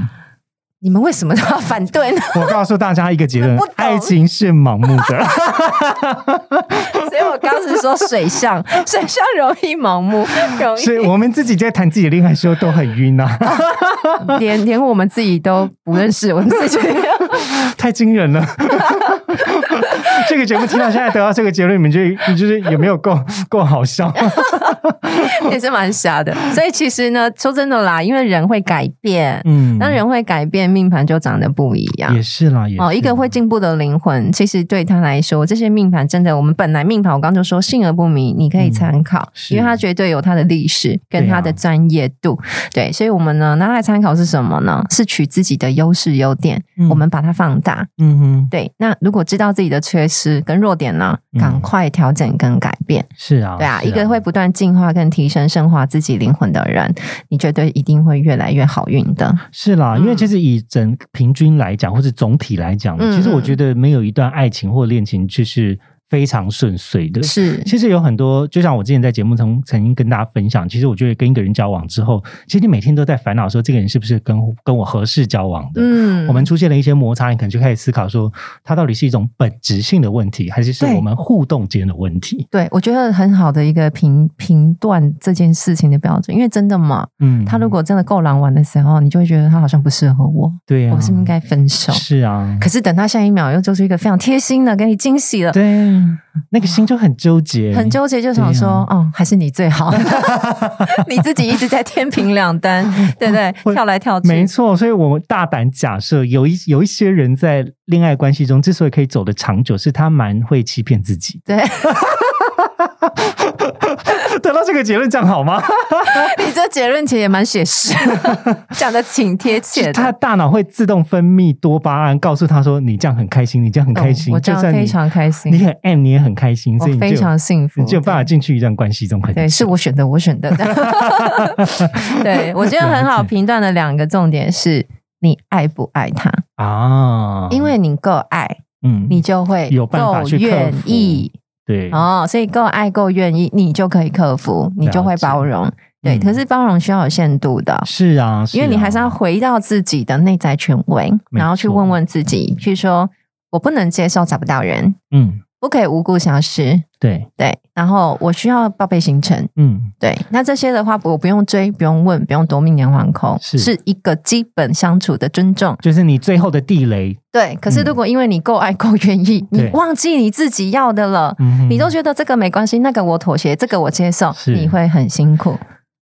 [SPEAKER 2] 你们为什么都要反对呢？
[SPEAKER 1] 我告诉大家一个结论
[SPEAKER 2] 不懂：
[SPEAKER 1] 爱情是盲目
[SPEAKER 2] (laughs)
[SPEAKER 1] 的。
[SPEAKER 2] 所以我刚是说水象，
[SPEAKER 1] (laughs)
[SPEAKER 2] 水象容易盲目，容易
[SPEAKER 1] 是我们自己在谈自己的恋爱的时候都很晕啊， (laughs)
[SPEAKER 2] 连连我们自己都不认识我们自己。
[SPEAKER 1] (laughs) 太惊人了。 (laughs) 这个节目听到现在得到这个结论，你们就你就是有没有够够好
[SPEAKER 2] (laughs)
[SPEAKER 1] 笑？
[SPEAKER 2] 嗯也是蛮瞎的。所以其实呢，说真的啦，因为人会改变，
[SPEAKER 1] 嗯
[SPEAKER 2] 那、人会改变，命盘就长得不一样
[SPEAKER 1] 也。是啦，也是
[SPEAKER 2] 哦，一个会进步的灵魂，其实对他来说，这些命盘真的，我们本来命盘我刚就说信而不迷，你可以参考，
[SPEAKER 1] 嗯是
[SPEAKER 2] 因为它绝对有它的历史跟
[SPEAKER 1] 对啊
[SPEAKER 2] 它的专业度。对，所以我们呢拿来参考是什么呢？是取自己的优势优点，
[SPEAKER 1] 嗯
[SPEAKER 2] 我们把它放大。
[SPEAKER 1] 嗯哼，
[SPEAKER 2] 对，那如果知道自己的缺失跟弱点呢
[SPEAKER 1] 嗯，
[SPEAKER 2] 赶快调整跟改变。
[SPEAKER 1] 是啊，
[SPEAKER 2] 对啊，
[SPEAKER 1] 是
[SPEAKER 2] 一个会不断进进化跟提升、升华自己灵魂的人，你绝对一定会越来越好运的。
[SPEAKER 1] 是啦，
[SPEAKER 2] 嗯
[SPEAKER 1] 因为其实以整平均来讲，或者总体来讲，
[SPEAKER 2] 嗯
[SPEAKER 1] 其实我觉得没有一段爱情或恋情就是非常顺遂的。
[SPEAKER 2] 是，
[SPEAKER 1] 其实有很多，就像我之前在节目中曾经跟大家分享，其实我觉得跟一个人交往之后，其实你每天都在烦恼说这个人是不是跟跟我合适交往的。
[SPEAKER 2] 嗯
[SPEAKER 1] 我们出现了一些摩擦，你可能就开始思考说，它到底是一种本质性的问题，还是是
[SPEAKER 2] 对
[SPEAKER 1] 我们互动间的问题？
[SPEAKER 2] 对我觉得很好的一个评评断这件事情的标准，因为真的嘛，
[SPEAKER 1] 嗯，
[SPEAKER 2] 他如果真的够狼玩的时候，你就会觉得他好像不适合我，
[SPEAKER 1] 对啊，
[SPEAKER 2] 我是不是应该分手？
[SPEAKER 1] 是啊，
[SPEAKER 2] 可是等他下一秒又做出一个非常贴心的，给你惊喜了，
[SPEAKER 1] 对，那个心就很纠结，
[SPEAKER 2] 很纠结，就想说，哦，还是你最
[SPEAKER 1] (laughs)
[SPEAKER 2] 好，你自己一直在天平两端，对不对？
[SPEAKER 1] 会
[SPEAKER 2] 跳来跳
[SPEAKER 1] 没
[SPEAKER 2] 去，。
[SPEAKER 1] 错，所以我们大胆假设，有一有一些人在恋爱关系中之所以可以走得长久，是他蛮会欺骗自己 (laughs)
[SPEAKER 2] 对 (laughs)
[SPEAKER 1] 得到这个结论，这样好
[SPEAKER 2] (laughs)
[SPEAKER 1] 吗？
[SPEAKER 2] 你这结论其实也蛮写实的，讲的挺贴切
[SPEAKER 1] 他
[SPEAKER 2] 的。
[SPEAKER 1] 的大脑会自动分泌多巴胺，告诉他说：“你这样很开心，你这样很开心。
[SPEAKER 2] 哦我这
[SPEAKER 1] 就
[SPEAKER 2] 样
[SPEAKER 1] 算你
[SPEAKER 2] 非常开心
[SPEAKER 1] 你很爱，你也很开心，
[SPEAKER 2] 我
[SPEAKER 1] 所以你就
[SPEAKER 2] 非常幸福，
[SPEAKER 1] 你就有办法
[SPEAKER 2] 对
[SPEAKER 1] 进去一段关系中很久。
[SPEAKER 2] 对，是我选的，我选的。
[SPEAKER 1] (laughs)
[SPEAKER 2] 对，我觉得很好评断的两个重点是你爱不爱他，
[SPEAKER 1] 啊，
[SPEAKER 2] 因为你够爱，
[SPEAKER 1] 嗯，
[SPEAKER 2] 你就会
[SPEAKER 1] 有办法
[SPEAKER 2] 够
[SPEAKER 1] 去克服
[SPEAKER 2] 愿意
[SPEAKER 1] 对
[SPEAKER 2] 哦，所以够爱够愿意，你就可以克服，你就会包容。对，
[SPEAKER 1] 嗯
[SPEAKER 2] 可是包容需要有限度的。
[SPEAKER 1] 是啊，
[SPEAKER 2] 因为你还是要回到自己的内在权威，
[SPEAKER 1] 没
[SPEAKER 2] 然后去
[SPEAKER 1] 错
[SPEAKER 2] 问问自己，譬如说，我不能接受找不到人，
[SPEAKER 1] 嗯，
[SPEAKER 2] 不可以无故消失，
[SPEAKER 1] 对，
[SPEAKER 2] 对，然后我需要报备行程，
[SPEAKER 1] 嗯，
[SPEAKER 2] 对，那这些的话，我不用追，不用问，不用夺命连环扣，
[SPEAKER 1] 是
[SPEAKER 2] 一个基本相处的尊重。
[SPEAKER 1] 就是你最后的地雷，
[SPEAKER 2] 对，可是如果因为你够爱够愿意，你
[SPEAKER 1] 嗯对
[SPEAKER 2] 忘记你自己要的了，
[SPEAKER 1] 嗯哼，
[SPEAKER 2] 你都觉得这个没关系，那个我妥协，这个我接受，
[SPEAKER 1] 是
[SPEAKER 2] 你会很辛苦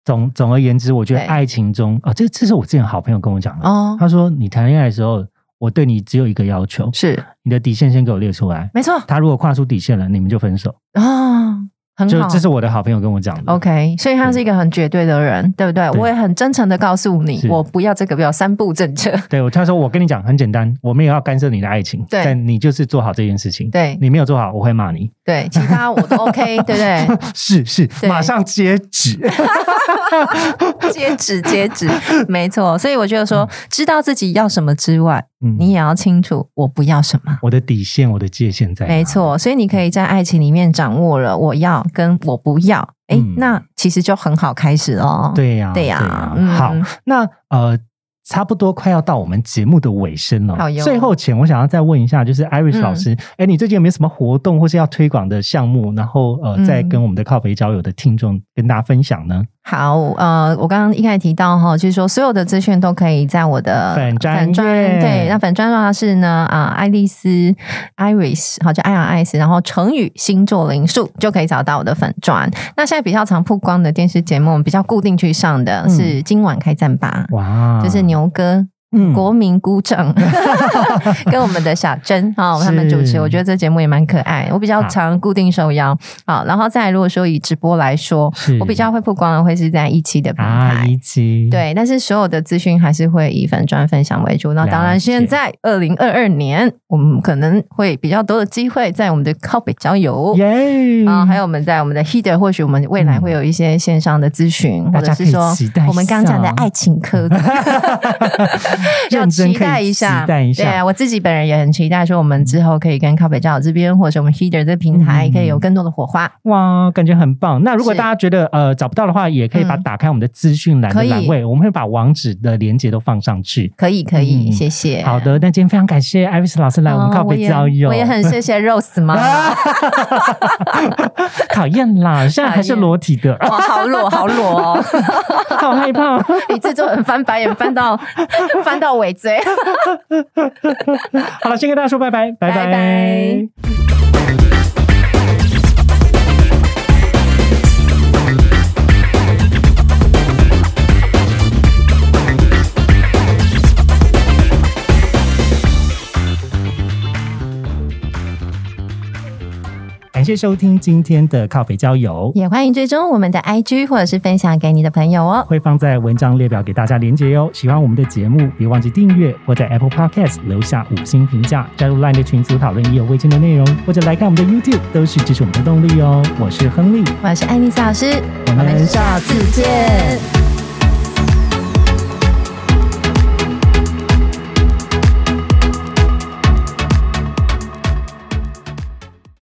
[SPEAKER 1] 总总而言之，我觉得
[SPEAKER 2] 对
[SPEAKER 1] 爱情中啊、这这是我之前好朋友跟我讲的，
[SPEAKER 2] 哦。
[SPEAKER 1] 他说你谈恋爱的时候，我对你只有一个要求，
[SPEAKER 2] 是，
[SPEAKER 1] 你的底线先给我列出来。
[SPEAKER 2] 没错啊、
[SPEAKER 1] 他如果跨出底线了，你们就分手。
[SPEAKER 2] 哦，很
[SPEAKER 1] 就
[SPEAKER 2] 好
[SPEAKER 1] 这。是我的好朋友跟我讲的。
[SPEAKER 2] OK，所以他是一个很绝对的人，对不对？
[SPEAKER 1] 对
[SPEAKER 2] 我也很真诚的告诉你，
[SPEAKER 1] 是
[SPEAKER 2] 我不要这个，不要三
[SPEAKER 1] (laughs)
[SPEAKER 2] 不正确。
[SPEAKER 1] 对，我他说我跟你讲很简单，我没有要干涉你的爱情，
[SPEAKER 2] 对
[SPEAKER 1] 但你就是做好这件事情。
[SPEAKER 2] 对
[SPEAKER 1] 你没有做好，我会骂你。
[SPEAKER 2] 对，其他我都 OK，对不对？
[SPEAKER 1] (laughs) 是是，
[SPEAKER 2] 对
[SPEAKER 1] 马上截止。
[SPEAKER 2] (laughs) 接旨接旨，没错。所以我觉得说，知道自己要什么之外，
[SPEAKER 1] 嗯
[SPEAKER 2] (laughs) 你也要清楚我不要什么。
[SPEAKER 1] 我的底线，我的界限在哪
[SPEAKER 2] 没。错，所以你可以在爱情里面掌握了我要跟我不要，哎、
[SPEAKER 1] 嗯
[SPEAKER 2] 那其实就很好开始
[SPEAKER 1] 啊
[SPEAKER 2] 哦。
[SPEAKER 1] 对呀、
[SPEAKER 2] 对呀嗯
[SPEAKER 1] 好，那呃。差不多快要到我们节目的尾声了。
[SPEAKER 2] 好哟
[SPEAKER 1] 最后前我想要再问一下，就是 Iris
[SPEAKER 2] 嗯
[SPEAKER 1] 老师，哎、你最近有没有什么活动或是要推广的项目？然后呃，
[SPEAKER 2] 嗯
[SPEAKER 1] 再跟我们的靠北交友的听众跟大家分享呢？
[SPEAKER 2] 好，呃，我刚刚一开始提到哈，就是说所有的资讯都可以在我的
[SPEAKER 1] 粉专页
[SPEAKER 2] 对，那粉专的话是呢，啊、爱丽丝 Iris，好，就 I R I S，然后成语星座灵数就可以找到我的粉专。那现在比较常曝光的电视节目，比较固定去上的是《今晚开战吧》
[SPEAKER 1] 哇，
[SPEAKER 2] 就是牛哥。
[SPEAKER 1] 啊嗯
[SPEAKER 2] 国民
[SPEAKER 1] (laughs)
[SPEAKER 2] 鼓掌，跟我们的小珍哈、
[SPEAKER 1] 是
[SPEAKER 2] 他们主持，我觉得这节目也蛮可爱。我比较常固定受邀，好，然后再来如果说以直播来说，
[SPEAKER 1] 是
[SPEAKER 2] 我比较会曝光的会是在一期的
[SPEAKER 1] 嗯
[SPEAKER 2] 平
[SPEAKER 1] 啊，
[SPEAKER 2] 台。
[SPEAKER 1] 一期，
[SPEAKER 2] 对，但是所有的资讯还是会以粉专分享为主。那当然，
[SPEAKER 1] 了解
[SPEAKER 2] 现在二零二二年，我们可能会比较多的机会在我们的靠北交友，
[SPEAKER 1] 耶，
[SPEAKER 2] 啊，还有我们在我们的 Heater，或许我们未来会有一些线上的咨询，
[SPEAKER 1] 嗯
[SPEAKER 2] 或者是
[SPEAKER 1] 大家
[SPEAKER 2] 说
[SPEAKER 1] 可以期待一下
[SPEAKER 2] 我们刚讲的爱情 (laughs) 课，要
[SPEAKER 1] (laughs) 认真
[SPEAKER 2] 期
[SPEAKER 1] 可以
[SPEAKER 2] 待一下，
[SPEAKER 1] 期待一下
[SPEAKER 2] 对啊，我自己本人也很期待，说我们之后可以跟靠北教友这边，或者我们 Heater 这平台
[SPEAKER 1] 嗯
[SPEAKER 2] 可以有更多的火花。
[SPEAKER 1] 哇，感觉很棒。那如果
[SPEAKER 2] 是
[SPEAKER 1] 大家觉得呃找不到的话，也可以把
[SPEAKER 2] 嗯
[SPEAKER 1] 打开我们的资讯栏的
[SPEAKER 2] 可以
[SPEAKER 1] 栏位，我们会把网址的连接都放上去。
[SPEAKER 2] 可以，可以，
[SPEAKER 1] 嗯
[SPEAKER 2] 谢谢。
[SPEAKER 1] 好的，那今天非常感谢艾瑞斯老师来我们
[SPEAKER 2] 哦
[SPEAKER 1] 靠北交友，
[SPEAKER 2] 我也我也很谢谢 Rose
[SPEAKER 1] (laughs)
[SPEAKER 2] 妈妈。
[SPEAKER 1] 啊讨厌啦，现在还是
[SPEAKER 2] 讨厌
[SPEAKER 1] 裸体的，
[SPEAKER 2] 哇，好裸，好
[SPEAKER 1] (laughs)
[SPEAKER 2] 裸哦！
[SPEAKER 1] 好害怕。
[SPEAKER 2] 比制作人翻白眼翻到 (laughs) 翻到尾椎。
[SPEAKER 1] (laughs) 好了，先跟大家说拜拜，拜
[SPEAKER 2] 拜拜
[SPEAKER 1] 感谢谢收听今天的靠北交友，
[SPEAKER 2] 也欢迎追踪我们的 IG 或者是分享给你的朋友哦。
[SPEAKER 1] 会放在文章列表给大家连接哟。喜欢我们的节目，别忘记订阅或在 Apple Podcast 留下五星评价，加入 LINE 的群组讨论意犹未尽的内容，或者来看我们的 YouTube，都是支持我们的动力哦。我是亨利，
[SPEAKER 2] 我是艾丽丝老师，
[SPEAKER 1] 我们下次见。